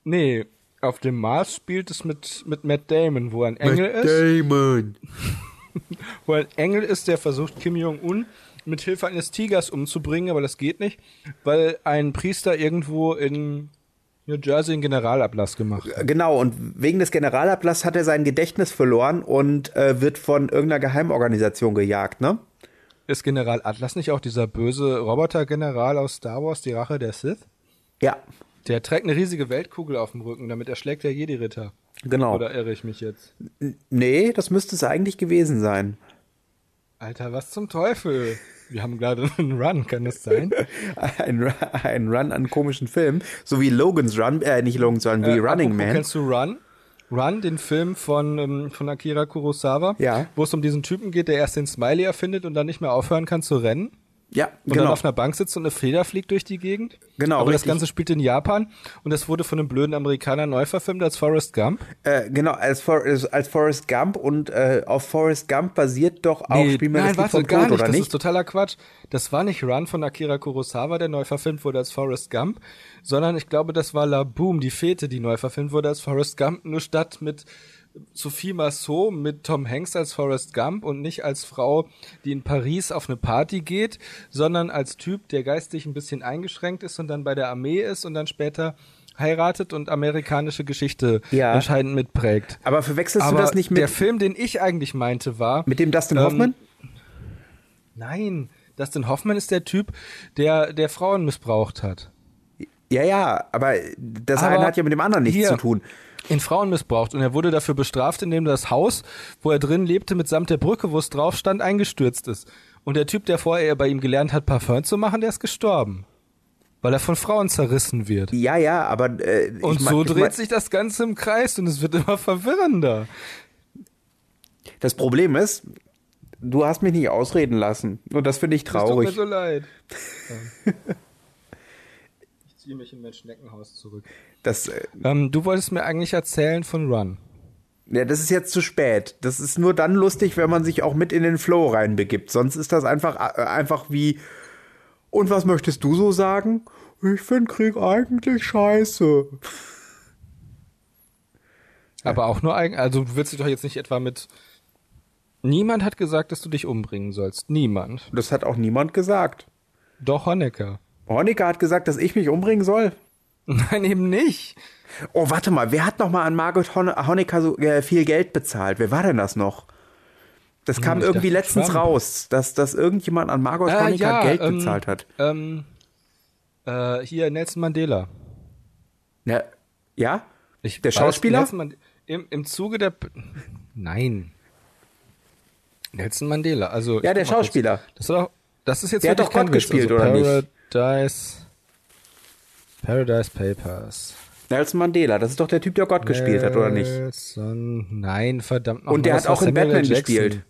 Nee, auf dem Mars spielt es mit, mit Matt Damon, wo ein Engel ist. Damon. Wo ein Engel ist, der versucht, Kim Jong-un mit Hilfe eines Tigers umzubringen, aber das geht nicht, weil ein Priester irgendwo in New Jersey einen Generalablass gemacht hat. Genau, und wegen des Generalablass hat er sein Gedächtnis verloren und äh, wird von irgendeiner Geheimorganisation gejagt, ne? Ist General Atlas nicht auch dieser böse Roboter-General aus Star Wars, die Rache der Sith? Ja, Der trägt eine riesige Weltkugel auf dem Rücken, damit erschlägt er Jedi-Ritter. genau. Oder irre ich mich jetzt? Nee, das müsste es eigentlich gewesen sein. Alter, was zum Teufel? Wir haben gerade einen Run, kann das sein? Ein, Ru- ein Run an komischen Filmen, so wie Logan's Run, äh, nicht Logan's Run, wie Äh, Running apropos, Man. Kennst du Run? Run, den Film von, ähm, von Akira Kurosawa, Ja. wo es um diesen Typen geht, der erst den Smiley erfindet und dann nicht mehr aufhören kann zu rennen Ja, und dann genau. auf einer Bank sitzt und eine Feder fliegt durch die Gegend. Genau, Aber richtig. das Ganze spielt in Japan und das wurde von einem blöden Amerikaner neu verfilmt als Forrest Gump. Äh, genau, als, For als, als Forrest Gump und äh, auf Forrest Gump basiert doch auch Spiel mir das nein, Lied warte, vom gar Tod, nicht, oder das nicht? ist totaler Quatsch. Das war nicht Run von Akira Kurosawa, der neu verfilmt wurde als Forrest Gump, sondern ich glaube, das war La Boom, die Fete, die neu verfilmt wurde als Forrest Gump, nur statt mit Sophie Marceau mit Tom Hanks als Forrest Gump und nicht als Frau, die in Paris auf eine Party geht, sondern als Typ, der geistig ein bisschen eingeschränkt ist und dann bei der Armee ist und dann später heiratet und amerikanische Geschichte Ja. entscheidend mitprägt. Aber verwechselst Aber du das nicht mit, der Film, den ich eigentlich meinte, war mit dem Dustin ähm, Hoffman? Nein, Dustin Hoffman ist der Typ, der, der Frauen missbraucht hat. Ja, ja, aber das Aber eine hat ja mit dem anderen nichts hier- zu tun. In Frauen missbraucht und er wurde dafür bestraft, indem das Haus, wo er drin lebte, mitsamt der Brücke, wo es drauf stand, eingestürzt ist. Und der Typ, der vorher bei ihm gelernt hat, Parfum zu machen, der ist gestorben. Weil er von Frauen zerrissen wird. Ja, ja, aber äh, ich Und mein- so ich dreht mein- sich das Ganze im Kreis und es wird immer verwirrender. Das Problem ist, du hast mich nicht ausreden lassen. Und das finde ich Es traurig. tut mir so leid. ich ziehe mich in mein Schneckenhaus zurück. Das, äh, Ähm, du wolltest mir eigentlich erzählen von Run. ja, das ist jetzt zu spät. Das ist nur dann lustig, wenn man sich auch mit in den Flow reinbegibt. Sonst ist das einfach, äh, einfach wie. Und was möchtest du so sagen? Ich finde Krieg eigentlich scheiße. Aber auch nur eigen, also du willst dich doch jetzt nicht etwa mit. Niemand hat gesagt, dass du dich umbringen sollst. Niemand. Das hat auch niemand gesagt. Doch Honecker. Honecker hat gesagt, dass ich mich umbringen soll. Nein, eben nicht. Oh, warte mal, wer hat noch mal an Margot Hon Honecker so äh, viel Geld bezahlt? Wer war denn das noch? Das kam Hm, ich irgendwie dachte, letztens Trump. raus, dass, dass irgendjemand an Margot Ah, Honecker ja, Geld ähm, bezahlt hat. Ähm, äh, hier Nelson Mandela. Ja? ja? Ich Der Schauspieler? Nelson Mand im, Im Zuge der. P- Nein. Nelson Mandela. Also Ja, ich der guck mal kurz. Schauspieler. Das, war doch, das ist jetzt Der hat wirklich doch Gott kein Witz. gespielt, also oder nicht? Paradise. Paradise Papers. Nelson Mandela, das ist doch der Typ, der Gott gespielt hat, oder nicht? Nelson, Äh, nein, verdammt. nochmal, Und der das hat auch war in Samuel Batman L. Jackson. gespielt.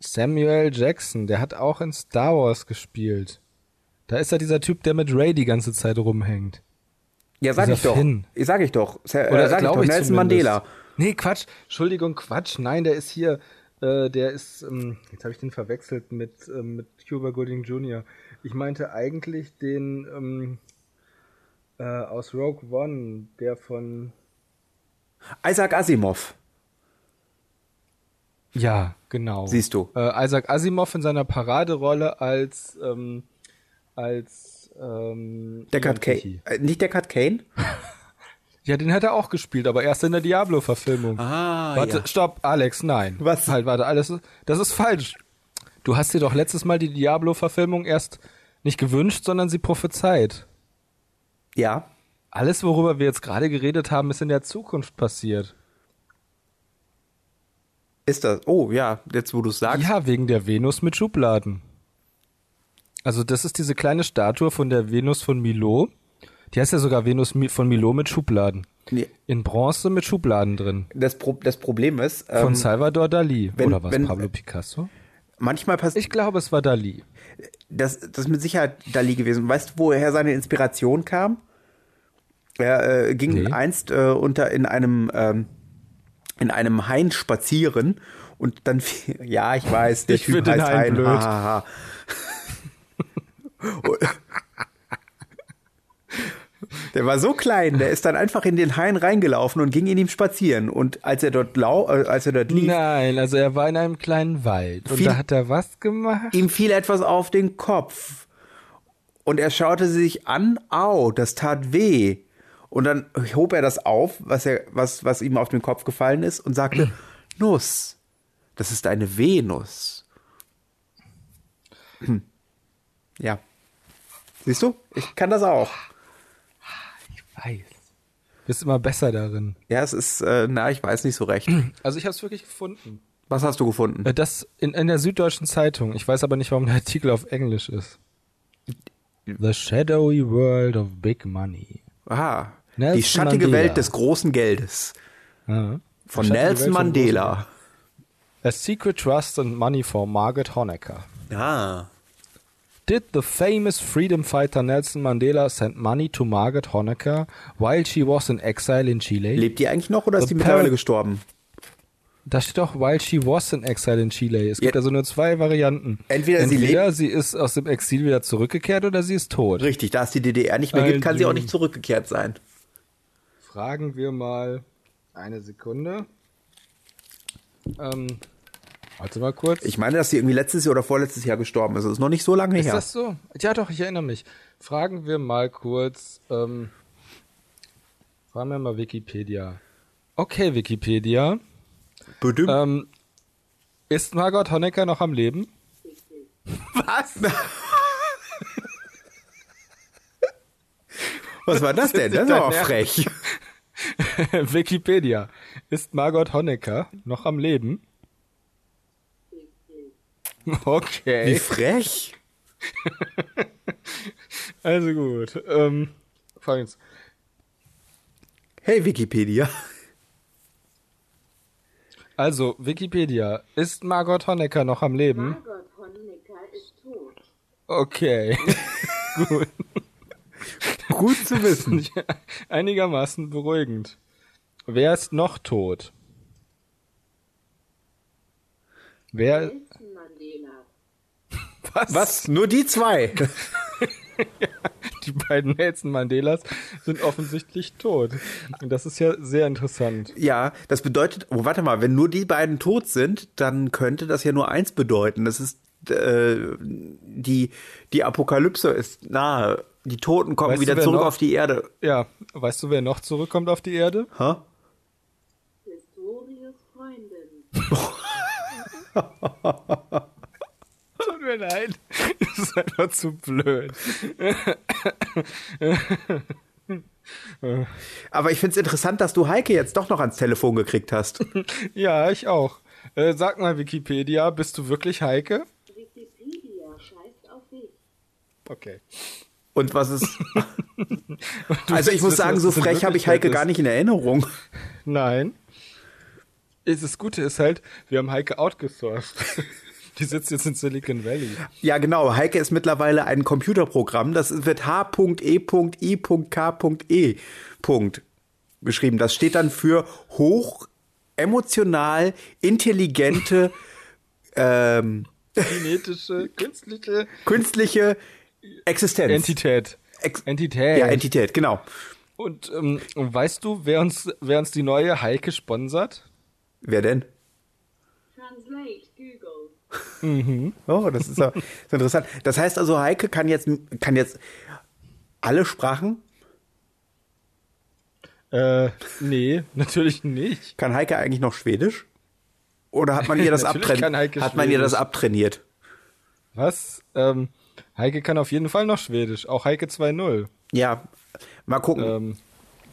Samuel Jackson, der hat auch in Star Wars gespielt. Da ist ja dieser Typ, der mit Ray die ganze Zeit rumhängt. Ja, sag Dieser ich doch. Finn. Ich sag ich doch. Sa äh, Oder sag ich glaube doch, ich Nelson zumindest. Mandela. Nee, Quatsch. Entschuldigung, Quatsch. Nein, der ist hier, äh, der ist, ähm, jetzt habe ich den verwechselt mit, ähm, mit Cuba Gooding Jr. Ich meinte eigentlich den ähm, äh, aus Rogue One, der von... Isaac Asimov. Ja, genau. Siehst du. Äh, Isaac Asimov in seiner Paraderolle als ähm, als ähm, Deckard Ian Kane. Tichy. Äh, nicht Deckard Kane? Ja, den hat er auch gespielt, aber erst in der Diablo-Verfilmung. Ah, warte, ja. stopp, Alex, nein. Was? Halt, warte, alles, das ist falsch. Du hast dir doch letztes Mal die Diablo-Verfilmung erst nicht gewünscht, sondern sie prophezeit. Ja. Alles, worüber wir jetzt gerade geredet haben, ist in der Zukunft passiert. Ist das. Oh, ja, jetzt wo du es sagst. Ja, wegen der Venus mit Schubladen. Also das ist diese kleine Statue von der Venus von Milo. Die heißt ja sogar Venus Mi- von Milo mit Schubladen. Nee. In Bronze mit Schubladen drin. Das, Pro das Problem ist, Von ähm, Salvador Dali. wenn- Oder was, wenn- Pablo Picasso? manchmal passiert. Ich glaube, es war Dali. das, das ist mit Sicherheit Dali gewesen. Weißt du, woher seine Inspiration kam? Er äh, ging Nee. einst äh, unter in einem ähm, in einem Hain spazieren und dann fiel- ja, ich weiß, der Ich Typ find den heißt Hain Hain. blöd. Ha, ha, ha. Der war so klein, der ist dann einfach in den Hain reingelaufen und ging in ihm spazieren. Und als er dort, lau äh, als er dort lief, Nein, also er war in einem kleinen Wald. Und Viel- da hat er was gemacht? ihm fiel etwas auf den Kopf. Und er schaute sie sich an, au, das tat weh. Und dann hob er das auf, was, er, was, was ihm auf den Kopf gefallen ist, und sagte, Nuss, das ist eine Venus. Hm. Ja. Siehst du, ich kann das auch. Weiß. Bist immer besser darin. Ja, es ist, äh, na, ich weiß nicht so recht. Also ich habe es wirklich gefunden. Was hast du gefunden? Äh, Das in, in der Süddeutschen Zeitung. Ich weiß aber nicht, warum der Artikel auf Englisch ist. The shadowy world of big money. Aha. Nelson die schattige Mandela. Welt des großen Geldes. Ja. Von Die schattige Nelson Welt von Mandela. A secret trust and money for Margaret Honecker. Ja. Did the famous freedom fighter Nelson Mandela send money to Margaret Honecker while she was in exile in Chile? Lebt die eigentlich noch oder The ist die mittlerweile Parrot- gestorben? Da steht doch, while she was in exile in Chile. Es gibt Ja. also nur zwei Varianten. Entweder sie Entweder sie, ist aus dem Exil wieder zurückgekehrt oder sie ist tot. Richtig, da es die DDR nicht mehr gibt, kann sie auch nicht zurückgekehrt sein. Fragen wir mal eine Sekunde. Ähm, warte mal kurz. Ich meine, dass sie irgendwie letztes Jahr oder vorletztes Jahr gestorben ist. Das ist noch nicht so lange ist her. das so? Ja, doch, ich erinnere mich. Fragen wir mal kurz. Ähm, fragen wir mal Wikipedia. Okay, Wikipedia. Bedimmt. Ähm, ist Margot Honecker noch am Leben? Was? Was war das denn? Das ist aber dein frech. Wikipedia. Ist Margot Honecker noch am Leben? Wie Okay. frech? Also gut. Ähm, fragen jetzt. Hey Wikipedia. Also, Wikipedia. Ist Margot Honecker noch am Leben? Margot Honecker ist tot. Okay. Gut. Gut zu wissen. Einigermaßen beruhigend. Wer ist noch tot? Wer. Nelson Mandela. Was? Was? Nur die zwei? Die beiden Nelson Mandelas sind offensichtlich tot. Und das ist ja sehr interessant. Ja, das bedeutet, oh, warte mal, wenn nur die beiden tot sind, dann könnte das ja nur eins bedeuten. Das ist, äh, die, die Apokalypse ist nahe. Die Toten kommen Weißt du, wieder wer zurück noch- auf die Erde. Ja, weißt du, wer noch zurückkommt auf die Erde? Hä? Pistorius Freundin. Tut mir leid. Das ist einfach zu blöd. Aber ich find's interessant, dass du Heike jetzt doch noch ans Telefon gekriegt hast. Ja, ich auch. Äh, sag mal, Wikipedia, bist du wirklich Heike? Wikipedia scheißt auf dich. Okay. Und was ist. Du also ich willst muss wissen, sagen, was so das in frech habe ich Heike Wirklichkeit gar nicht in Erinnerung. ist. Nein. Ist- Das Gute ist halt, wir haben Heike outgesourced. Die sitzt jetzt in Silicon Valley. Ja, genau. Heike ist mittlerweile ein Computerprogramm. Das wird E. H.E.I.K.E. E. Punkt geschrieben. Das steht dann für hoch emotional intelligente ähm, Genetische, künstliche künstliche Existenz. Entität. Ex Entität. ja, Entität, genau. Und ähm, weißt du, wer uns, wer uns die neue Heike sponsert? Wer denn? Translate Google. Oh, das ist ja das ist interessant. Das heißt also, Heike kann jetzt, kann jetzt alle Sprachen? Äh, nee, natürlich nicht. Kann Heike eigentlich noch Schwedisch? Oder hat man ihr das, Natürlich abtrain kann Heike hat man ihr das Schwedisch. abtrainiert? Was? Ähm, Heike kann auf jeden Fall noch Schwedisch. Auch Heike 2.0. Ja, mal gucken. Ähm,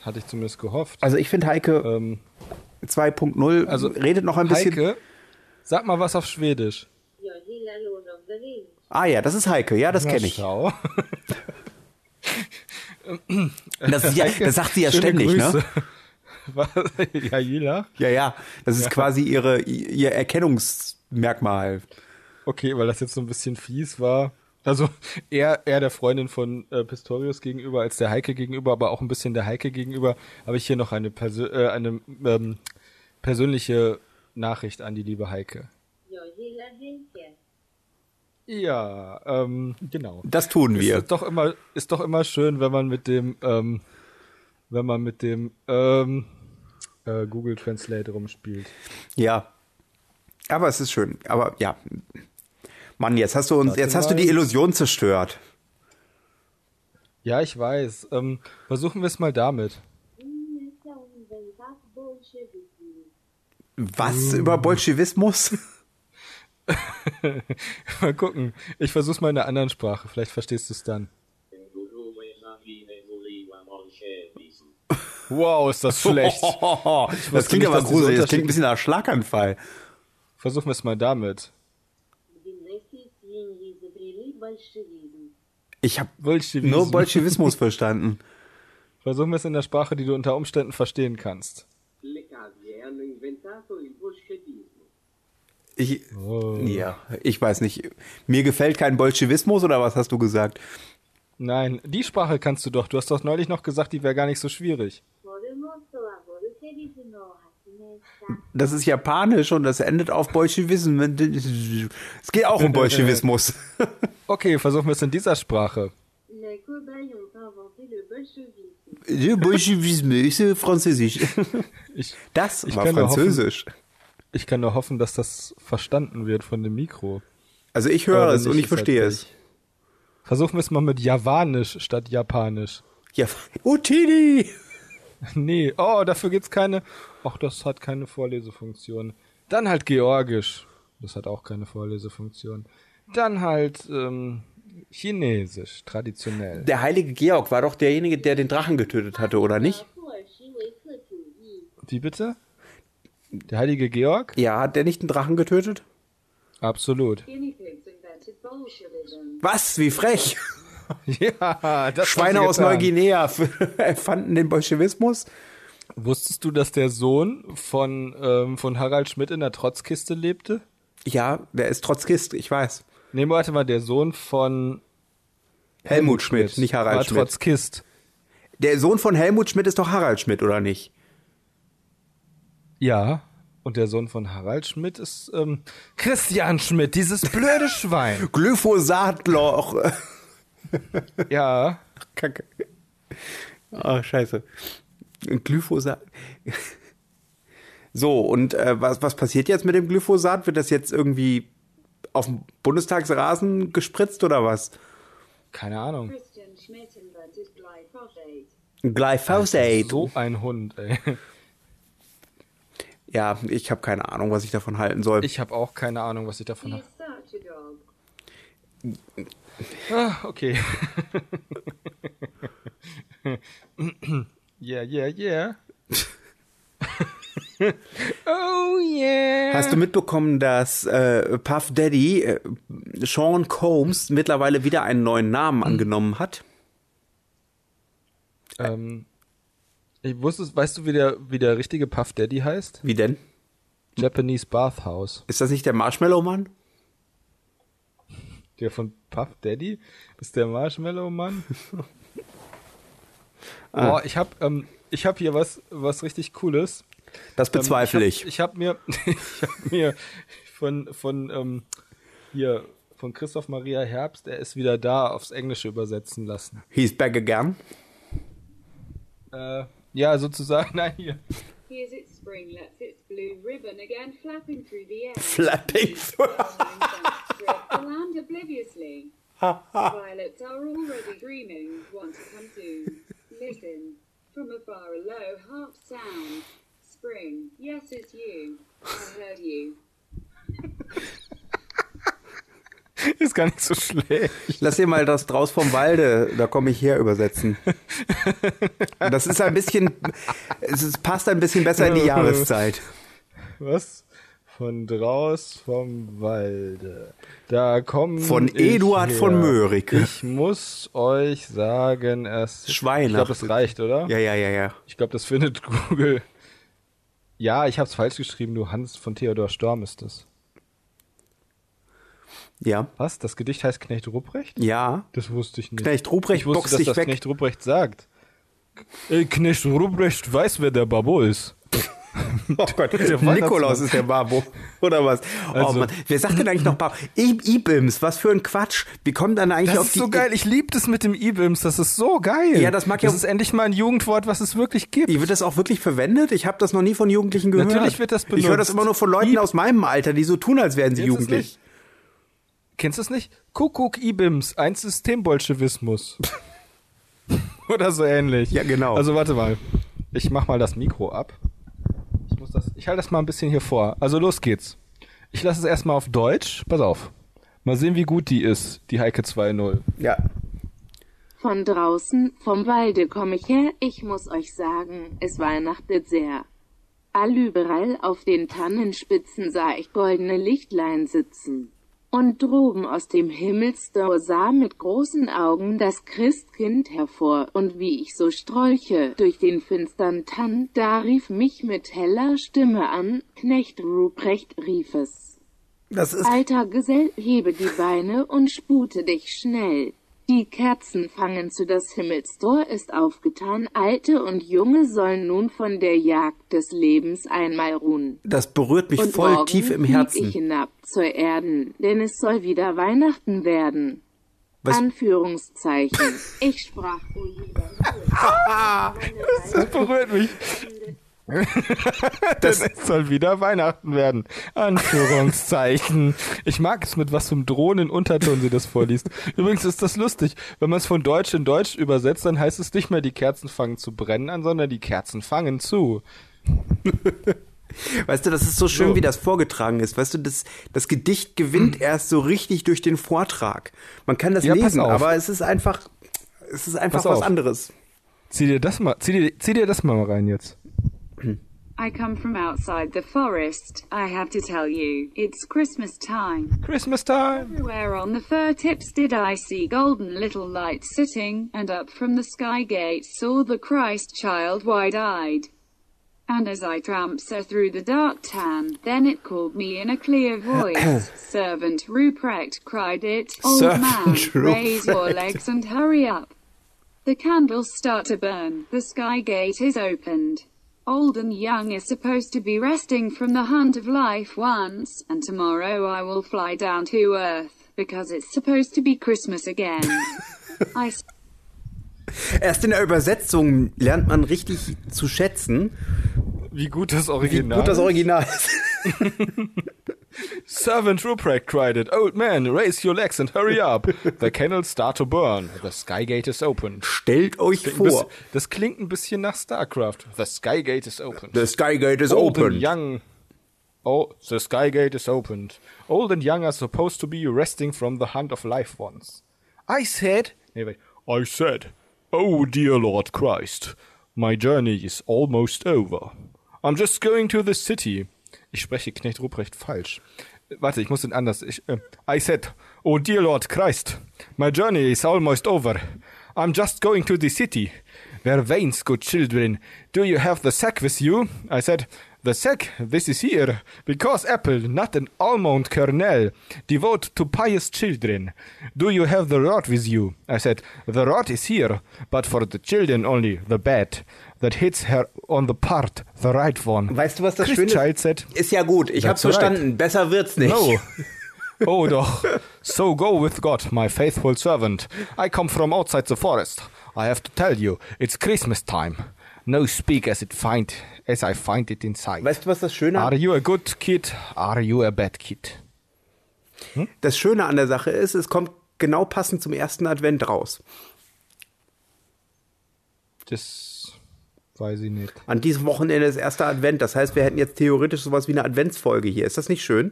hatte ich zumindest gehofft. also ich finde Heike Ähm, 2.0 also also redet noch ein bisschen. Heike, sag mal was auf Schwedisch. You're here alone on the ring. Ah ja, das ist Heike. Ja, das Na, kenne ich. Schau. Das, ist ja, das sagt sie ja ständig, ne? Was? Ja, Jila. Ja, ja. Das ist quasi ihre, ihr Erkennungsmerkmal. Okay, weil das jetzt so ein bisschen fies war. Also eher, eher der Freundin von äh, Pistorius gegenüber als der Heike gegenüber, aber auch ein bisschen der Heike gegenüber habe ich hier noch eine, Persö äh, eine ähm, persönliche Nachricht an die liebe Heike. You're here Henke. Ja, genau. ähm, genau. Das tun Ist wir. es doch immer, ist doch immer schön, wenn man mit dem ähm, wenn man mit dem ähm, äh, Google Translate rumspielt. Ja. Aber es ist schön. Aber ja. Mann, jetzt hast du uns, Warte jetzt hast du mal. die Illusion zerstört. Ja, ich weiß. Ähm, versuchen wir es mal damit. Mine s-au inventat bolșevicii. Was Hm. über Bolschewismus? mal gucken. Ich versuch's mal in einer anderen Sprache. Vielleicht verstehst du es dann. pentru lume la vine voliva bolșevism. Wow, ist das schlecht. Das klingt nicht, aber dass diese gruselig. Das klingt Unterschiede- ein bisschen nach Schlaganfall. Versuchen wir es mal damit. Din estii ținii izvrili bolșevism. Ich habe Bolschewismus. nur Bolschewismus verstanden. Versuchen wir es in der Sprache, die du unter Umständen verstehen kannst. Lecazie an inventat-o il bolșevism. Ich, Oh. ja, ich weiß nicht. Mir gefällt kein Bolschewismus oder was hast du gesagt? Nein, die Sprache kannst du doch. Du hast doch neulich noch gesagt, die wäre gar nicht so schwierig. Formoso a bolșevism o hatinesa. Das ist japanisch und das endet auf Bolschewismus. Es geht auch um Bolschewismus. Okay, versuchen wir es in dieser Sprache. Les cobayes ont inventé le bolchevisme. Bolschewismus ist französisch. Ich, Das äh, Ich war kann nur französisch. ich kann nur hoffen, dass das verstanden wird von dem Mikro. Also ich Aber höre wenn es und nicht, ich ist halt verstehe Pech. es. Versuchen wir es mal mit Javanisch statt Japanisch. Ja, Utini! Nee, oh, dafür gibt's keine. Ach, das hat keine Vorlesefunktion. Dann halt Georgisch. Das hat auch keine Vorlesefunktion. Dann halt ähm, Chinesisch, traditionell. Der heilige Georg war doch derjenige, der den Drachen getötet hatte, oder nicht? 土耳其维克主义， Wie bitte? Der heilige Georg? Ja, hat der nicht den Drachen getötet? Absolut. guinea pigs invented bolshevism. Was? Wie frech! Ja, das Schweine haben sie aus getan. Neuguinea erfanden den Bolschewismus? Wusstest du, dass der Sohn von, ähm, von Harald Schmidt in der Trotzkiste lebte? Ja, der ist Trotzkist, ich weiß. Nee, warte mal, der Sohn von Helmut Schmidt, nicht war Harald Schmidt. Trotzkist. Der Sohn von Helmut Schmidt ist doch Harald Schmidt, oder nicht? Ja. Und der Sohn von Harald Schmidt ist ähm, Christian Schmidt, dieses blöde Schwein. Glyphosatloch. ja. Kacke. Oh, scheiße. Glyphosat. So, und äh, was, was passiert jetzt mit dem Glyphosat? Wird das jetzt irgendwie auf dem Bundestagsrasen gespritzt oder was? Keine Ahnung. Christian Schmidt invented glyphosate. Glyphosat. So ein Hund, ey. Ja, ich habe keine Ahnung, was ich davon halten soll. Ich habe auch keine Ahnung, was ich davon He habe. is such a dog. Ah, okay. yeah, yeah, yeah. oh yeah. Hast du mitbekommen, dass äh, Puff Daddy äh, Sean Combs mittlerweile wieder einen neuen Namen angenommen hat? Ähm, ich wusste, weißt du, wie der, wie der richtige Puff Daddy heißt? Wie denn? Japanese Bathhouse. Ist das nicht der Marshmallow-Mann? Der von Puff Daddy ist der Marshmallow Mann. Boah, ich hab, ähm, ich hab hier was, was richtig Cooles. Das Ähm, bezweifle ich. Ich hab, ich hab mir, ich hab mir von, von, ähm, hier, von Christoph Maria Herbst, er ist wieder da, aufs Englische übersetzen lassen. He's back again. Äh, ja, sozusagen, nein, hier. Here's its spring, lets its blue ribbon again flapping through the air. Flapping Drift the land obliviously. Violets are already dreaming, want to come soon. Listen, from afar a low harp sound. Spring, yes, it's you. I heard you. Ist gar nicht so schlecht. Lass dir mal das draus vom Walde, da komme ich her übersetzen. Das ist ein bisschen, es ist, passt ein bisschen besser in die Jahreszeit. Was? Von draus vom Walde. Da kommen Von Eduard von Mörike. Ich muss euch sagen, es Schweine. Ich glaube, es reicht, oder? Ja, ja, ja, ja. Ich glaube, das findet Google. Ja, ich habe es falsch geschrieben. Du Hans von Theodor Storm ist das. Ja, Was? Das Gedicht heißt Knecht Ruprecht? ja. Das wusste ich nicht. Knecht Ruprecht ich wusste, boxt dass dich das weg. Knecht Ruprecht sagt. Äh, Knecht Ruprecht weiß, wer der Babo ist. Oh Gott, Weihnachtsmann. Nikolaus ist der Babo. Oder was? Oh Also- Mann, wer sagt denn eigentlich noch Babo? I- Ibims, was für ein Quatsch. Wie kommt dann eigentlich Das auf ist die so geil. Ich liebe das mit dem E-Bims. Das ist so geil. Ja, das mag ja- Das ist endlich mal ein Jugendwort, was es wirklich gibt. Wird das auch wirklich verwendet? Ich habe das noch nie von Jugendlichen gehört. Natürlich wird das Ich höre benutzt. das immer nur von Leuten Ib- aus meinem Alter, die so tun, als wären sie Kennst du's jugendlich. nicht? Kennst du es nicht? Kuckuck Ibims, ein Systembolschewismus. Oder so ähnlich. Ja, genau. Also warte mal. Ich mach mal das Mikro ab. Ich muss das ich halte das mal ein bisschen hier vor. Also los geht's. Ich lasse es erstmal auf Deutsch. Pass auf. Mal sehen, wie gut die ist, die Heike 2.0. Ja. Von draußen, vom Walde komme ich her, ich muss euch sagen, es weihnachtet sehr. Allüberall auf den Tannenspitzen sah ich goldene Lichtlein sitzen. Und droben aus dem Himmelstor sah mit großen Augen das Christkind hervor, und wie ich so strolche durch den finstern Tann, da rief mich mit heller Stimme an, Knecht Ruprecht rief es. Das ist Alter Gesell, hebe die Beine und spute dich schnell. Die Kerzen fangen zu das Himmelstor ist aufgetan, Alte und Junge sollen nun von der Jagd des Lebens einmal ruhen. das berührt mich Und voll morgen tief im flieg Herzen. ich hinab zur Erden, denn es soll wieder Weihnachten werden. Was- Anführungszeichen. Ich sprach Oliver. Das berührt mich. Das es soll wieder Weihnachten werden. Anführungszeichen. Ich mag es, mit was zum drohenden Unterton sie das vorliest. Übrigens ist das lustig. Wenn man es von Deutsch in Deutsch übersetzt, dann heißt es nicht mehr, die Kerzen fangen zu brennen an, sondern die Kerzen fangen zu. Weißt du, das ist so schön, So. Mhm. wie das vorgetragen ist. Weißt du, das, das Gedicht gewinnt erst so richtig durch den Vortrag. Man kann das Ja, pass lesen, auf. aber es ist einfach, es ist einfach Pass was auf. anderes. Zieh dir das mal, zieh dir, zieh dir das mal rein jetzt. I come from outside the forest. I have to tell you, it's Christmas time. Christmas time. Everywhere on the fir tips did I see golden little lights sitting, and up from the sky gate saw the Christ child wide eyed. And as I tramped so through the dark tan, then it called me in a clear voice. Servant Ruprecht cried it, Old man, Servant raise your Ruprecht." legs and hurry up. The candles start to burn, the sky gate is opened. Old and young is supposed to be resting from the hunt of life once, and tomorrow I will fly down to earth, because it's supposed to be Christmas again. I s- Erst in der Übersetzung lernt man richtig zu schätzen, Wie gut das wie Original. gut das Original ist. Servant Ruprecht cried it. Old man, raise your legs and hurry up. The candles start to burn. The sky gate is open. Stellt euch Klingt ein bisschen- vor, Das klingt ein bisschen nach StarCraft. The Sky Gate is open. the Skygate is Old open. and young. Oh, the Sky Gate is opened. Old and young are supposed to be resting from the hunt of life once. I said. Nee, wait. I said. Oh dear Lord Christ, my journey is almost over. I'm just going to the city. Ich spreche Knecht Ruprecht falsch. Äh, Warte, ich muss den anders. Ich, äh, I said, oh dear Lord Christ, my journey is almost over. I'm just going to the city. Where veins, good children, do you have the sack with you? I said, The sack, this is here, because apple, nut, and almond kernel, devote to pious children. Do you have the rod with you? I said, The rod is here, but for the children only, the bat, that hits her on the part, the right one. Weißt du, was das Christ Schöne Child said, Ist ja gut, ich hab's That's right. verstanden. Besser wird's nicht. No. Oh, doch. So go with God, my faithful servant. I come from outside the forest. I have to tell you, it's Christmas time. No speak as it find as I find it inside. Weißt du, was das Schöne Are you a good kid? Are you a bad kid? Das Schöne an der Sache ist, es kommt genau passend zum ersten Advent raus. Das weiß ich nicht. An diesem Wochenende ist erster Advent. Das heißt, wir hätten jetzt theoretisch sowas wie eine Adventsfolge hier. Ist das nicht schön?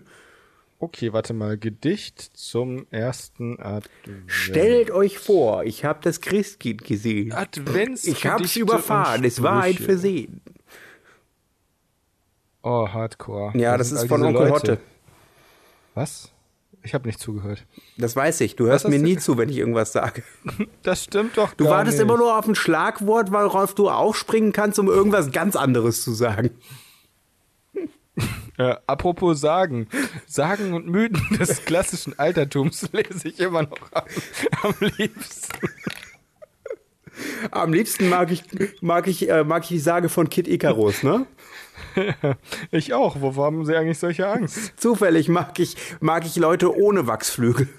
Okay, warte mal. Gedicht zum ersten Advent. Stellt euch vor, ich habe das Christkind gesehen. Advents. Ich hab's überfahren. Es war ein Versehen. Oh, Hardcore. Ja, Wer das sind ist all von diese Onkel Leute? Hotte. Was? Ich habe nicht zugehört. Das weiß ich. Du hörst hast mir du nie ge- zu, wenn ich irgendwas sage. Das stimmt doch. Du gar wartest nicht. immer nur auf ein Schlagwort, worauf du aufspringen kannst, um irgendwas ganz anderes zu sagen. Äh, apropos Sagen. Sagen und Mythen des klassischen Altertums lese ich immer noch am, am liebsten. Am liebsten mag ich, mag ich, äh, mag ich die Sage von Kid Icarus, ne? ich auch. Wovor haben Sie eigentlich solche Angst? Zufällig mag ich, mag ich Leute ohne Wachsflügel.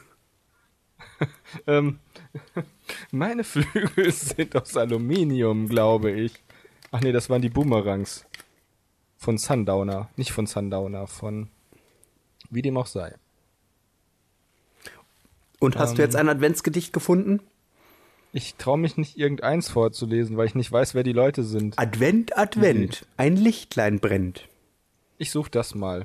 ähm, meine Flügel sind aus Aluminium, glaube ich. Ach nee, das waren die Boomerangs. Von Sundowner. Nicht von Sundowner, von wie dem auch sei. Und hast du jetzt ein Adventsgedicht gefunden? Ich traue mich nicht irgendeins vorzulesen, weil ich nicht weiß, wer die Leute sind. Advent, Advent, ein Lichtlein brennt. Ich suche das mal.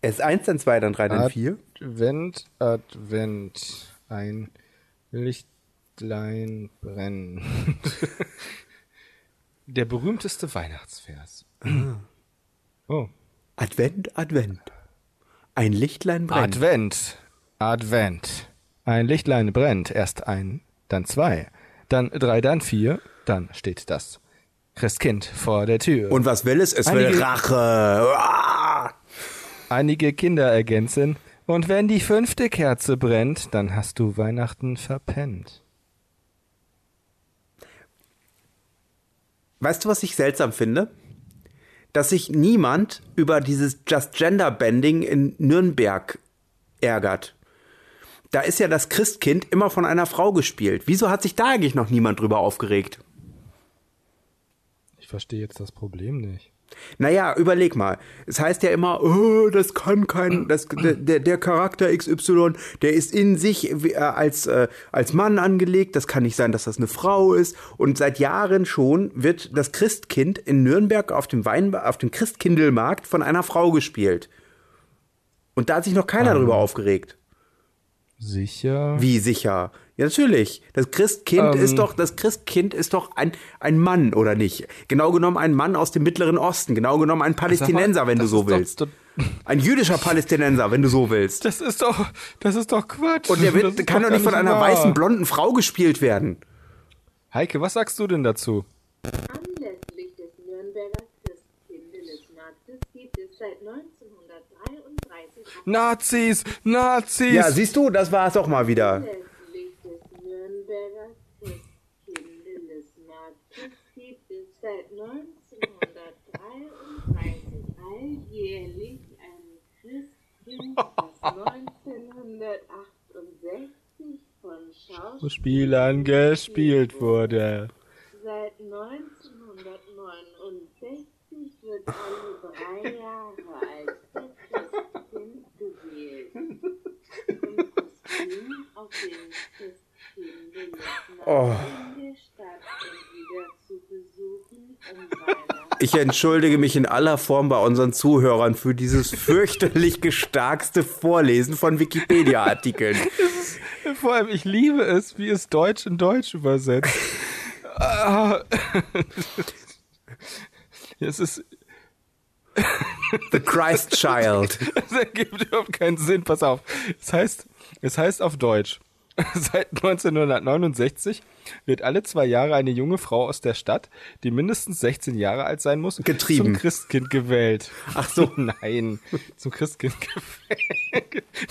Es ist eins, dann zwei, dann drei, dann vier. Advent, Advent, ein Lichtlein brennt. Der berühmteste Weihnachtsvers. Ah. Oh. Advent, Advent, ein Lichtlein brennt. Advent. Advent. Ein Lichtlein brennt. Erst ein, dann zwei, dann drei, dann vier, dann steht das Christkind vor der Tür. Und was will es? Es will Einige- Rache. Ah! Einige Kinder ergänzen. Und wenn die fünfte Kerze brennt, dann hast du Weihnachten verpennt. Weißt du, was ich seltsam finde? Dass sich niemand über dieses Just Gender Bending in Nürnberg ärgert. Da ist ja das Christkind immer von einer Frau gespielt. Wieso hat sich da eigentlich noch niemand drüber aufgeregt? Ich verstehe jetzt das Problem nicht. Naja, überleg mal. Es heißt ja immer, oh, das kann kein, das, der- der, der Charakter XY, der ist in sich äh, als, äh, als Mann angelegt, das kann nicht sein, dass das eine Frau ist. Und seit Jahren schon wird das Christkind in Nürnberg auf dem, Wein, auf dem Christkindelmarkt von einer Frau gespielt. Und da hat sich noch keiner drüber aufgeregt. Sicher? Wie sicher? Ja, natürlich. Das Christkind Ähm. ist doch, das Christkind ist doch ein, ein Mann, oder nicht? Genau genommen ein Mann aus dem Mittleren Osten, genau genommen ein Palästinenser, wenn du das so ist doch willst. tot- Ein jüdischer Palästinenser, wenn du so willst. Das ist doch, das ist doch Quatsch. Und der Das wird, ist kann doch nicht von einer wahr. weißen, blonden Frau gespielt werden. Heike, was sagst du denn dazu? Anlässlich des Nürnberger Christkindlesmarktes gibt es seit 1933 Nazis, Nazis! Ja, siehst du, das war es auch mal wieder. Anlässlich des Nürnberger Christkindlesmarktes gibt es seit 1933 alljährlich ein Christkind, das 1968 von Schauspielern Spielern gespielt wurde. Seit 1969 wird alle drei Jahre als festes Kind gewählt. Im Kostüm auf den Christkindlesmarkt Oh. in der Stadt und wieder zu besuchen, um Weihnachten Ich entschuldige mich in aller Form bei unseren Zuhörern für dieses fürchterlich gestarkste Vorlesen von Wikipedia-Artikeln. Vor allem, ich liebe es, wie es Deutsch in Deutsch übersetzt. Ah. es ist, The Christ Child. es ergibt überhaupt keinen Sinn, pass auf. Es heißt, es heißt auf Deutsch. Seit 1969 wird alle zwei Jahre eine junge Frau aus der Stadt, die mindestens 16 Jahre alt sein muss, Getrieben. zum Christkind gewählt. Ach so. Nein, zum Christkind gewählt.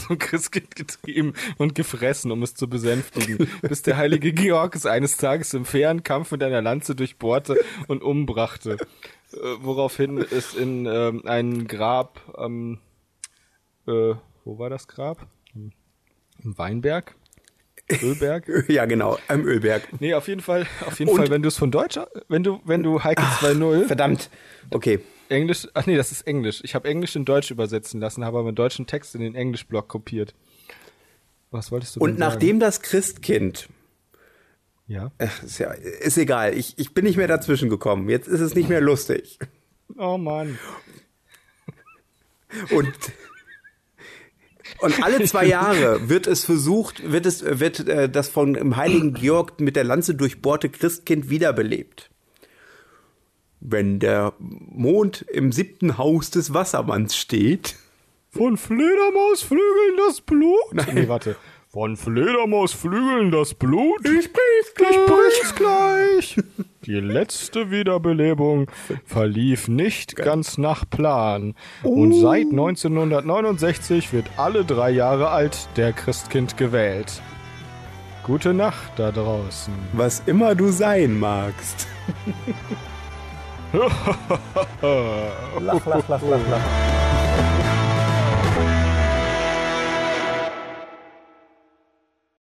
Zum Christkind getrieben und gefressen, um es zu besänftigen. Bis der heilige Georg es eines Tages im fairen Kampf mit einer Lanze durchbohrte und umbrachte. Äh, woraufhin es in ähm, ein Grab, ähm, äh, wo war das Grab? Im Weinberg? Ölberg? Ja, genau, am Ölberg. Nee, auf jeden Fall, auf jeden Und- Fall, wenn du es von Deutsch, wenn du, wenn du Heike 2.0 Verdammt. Okay. Englisch, ach nee, das ist Englisch. Ich habe Englisch in Deutsch übersetzen lassen, habe aber einen deutschen Text in den Englischblock kopiert. Was wolltest du Und denn nachdem das Christkind, sagen? Ja. ach, ist, ja, ist egal, ich, ich bin nicht mehr dazwischen gekommen. Jetzt ist es nicht mehr lustig. Oh Mann. Und, und alle zwei Jahre wird es versucht, wird es, wird äh, das von dem heiligen Georg mit der Lanze durchbohrte Christkind wiederbelebt. Wenn der Mond im siebten Haus des Wassermanns steht. Von Fledermausflügeln das Blut. Nein. Nee, warte. Von Fledermausflügeln das Blut. Ich brich's gleich. Ich brich's gleich. Äh. Die letzte Wiederbelebung verlief nicht ganz nach Plan. Und seit 1969 wird alle drei Jahre alt der Christkind gewählt. Gute Nacht da draußen. Was immer du sein magst. Lach, lach, lach, lach, lach.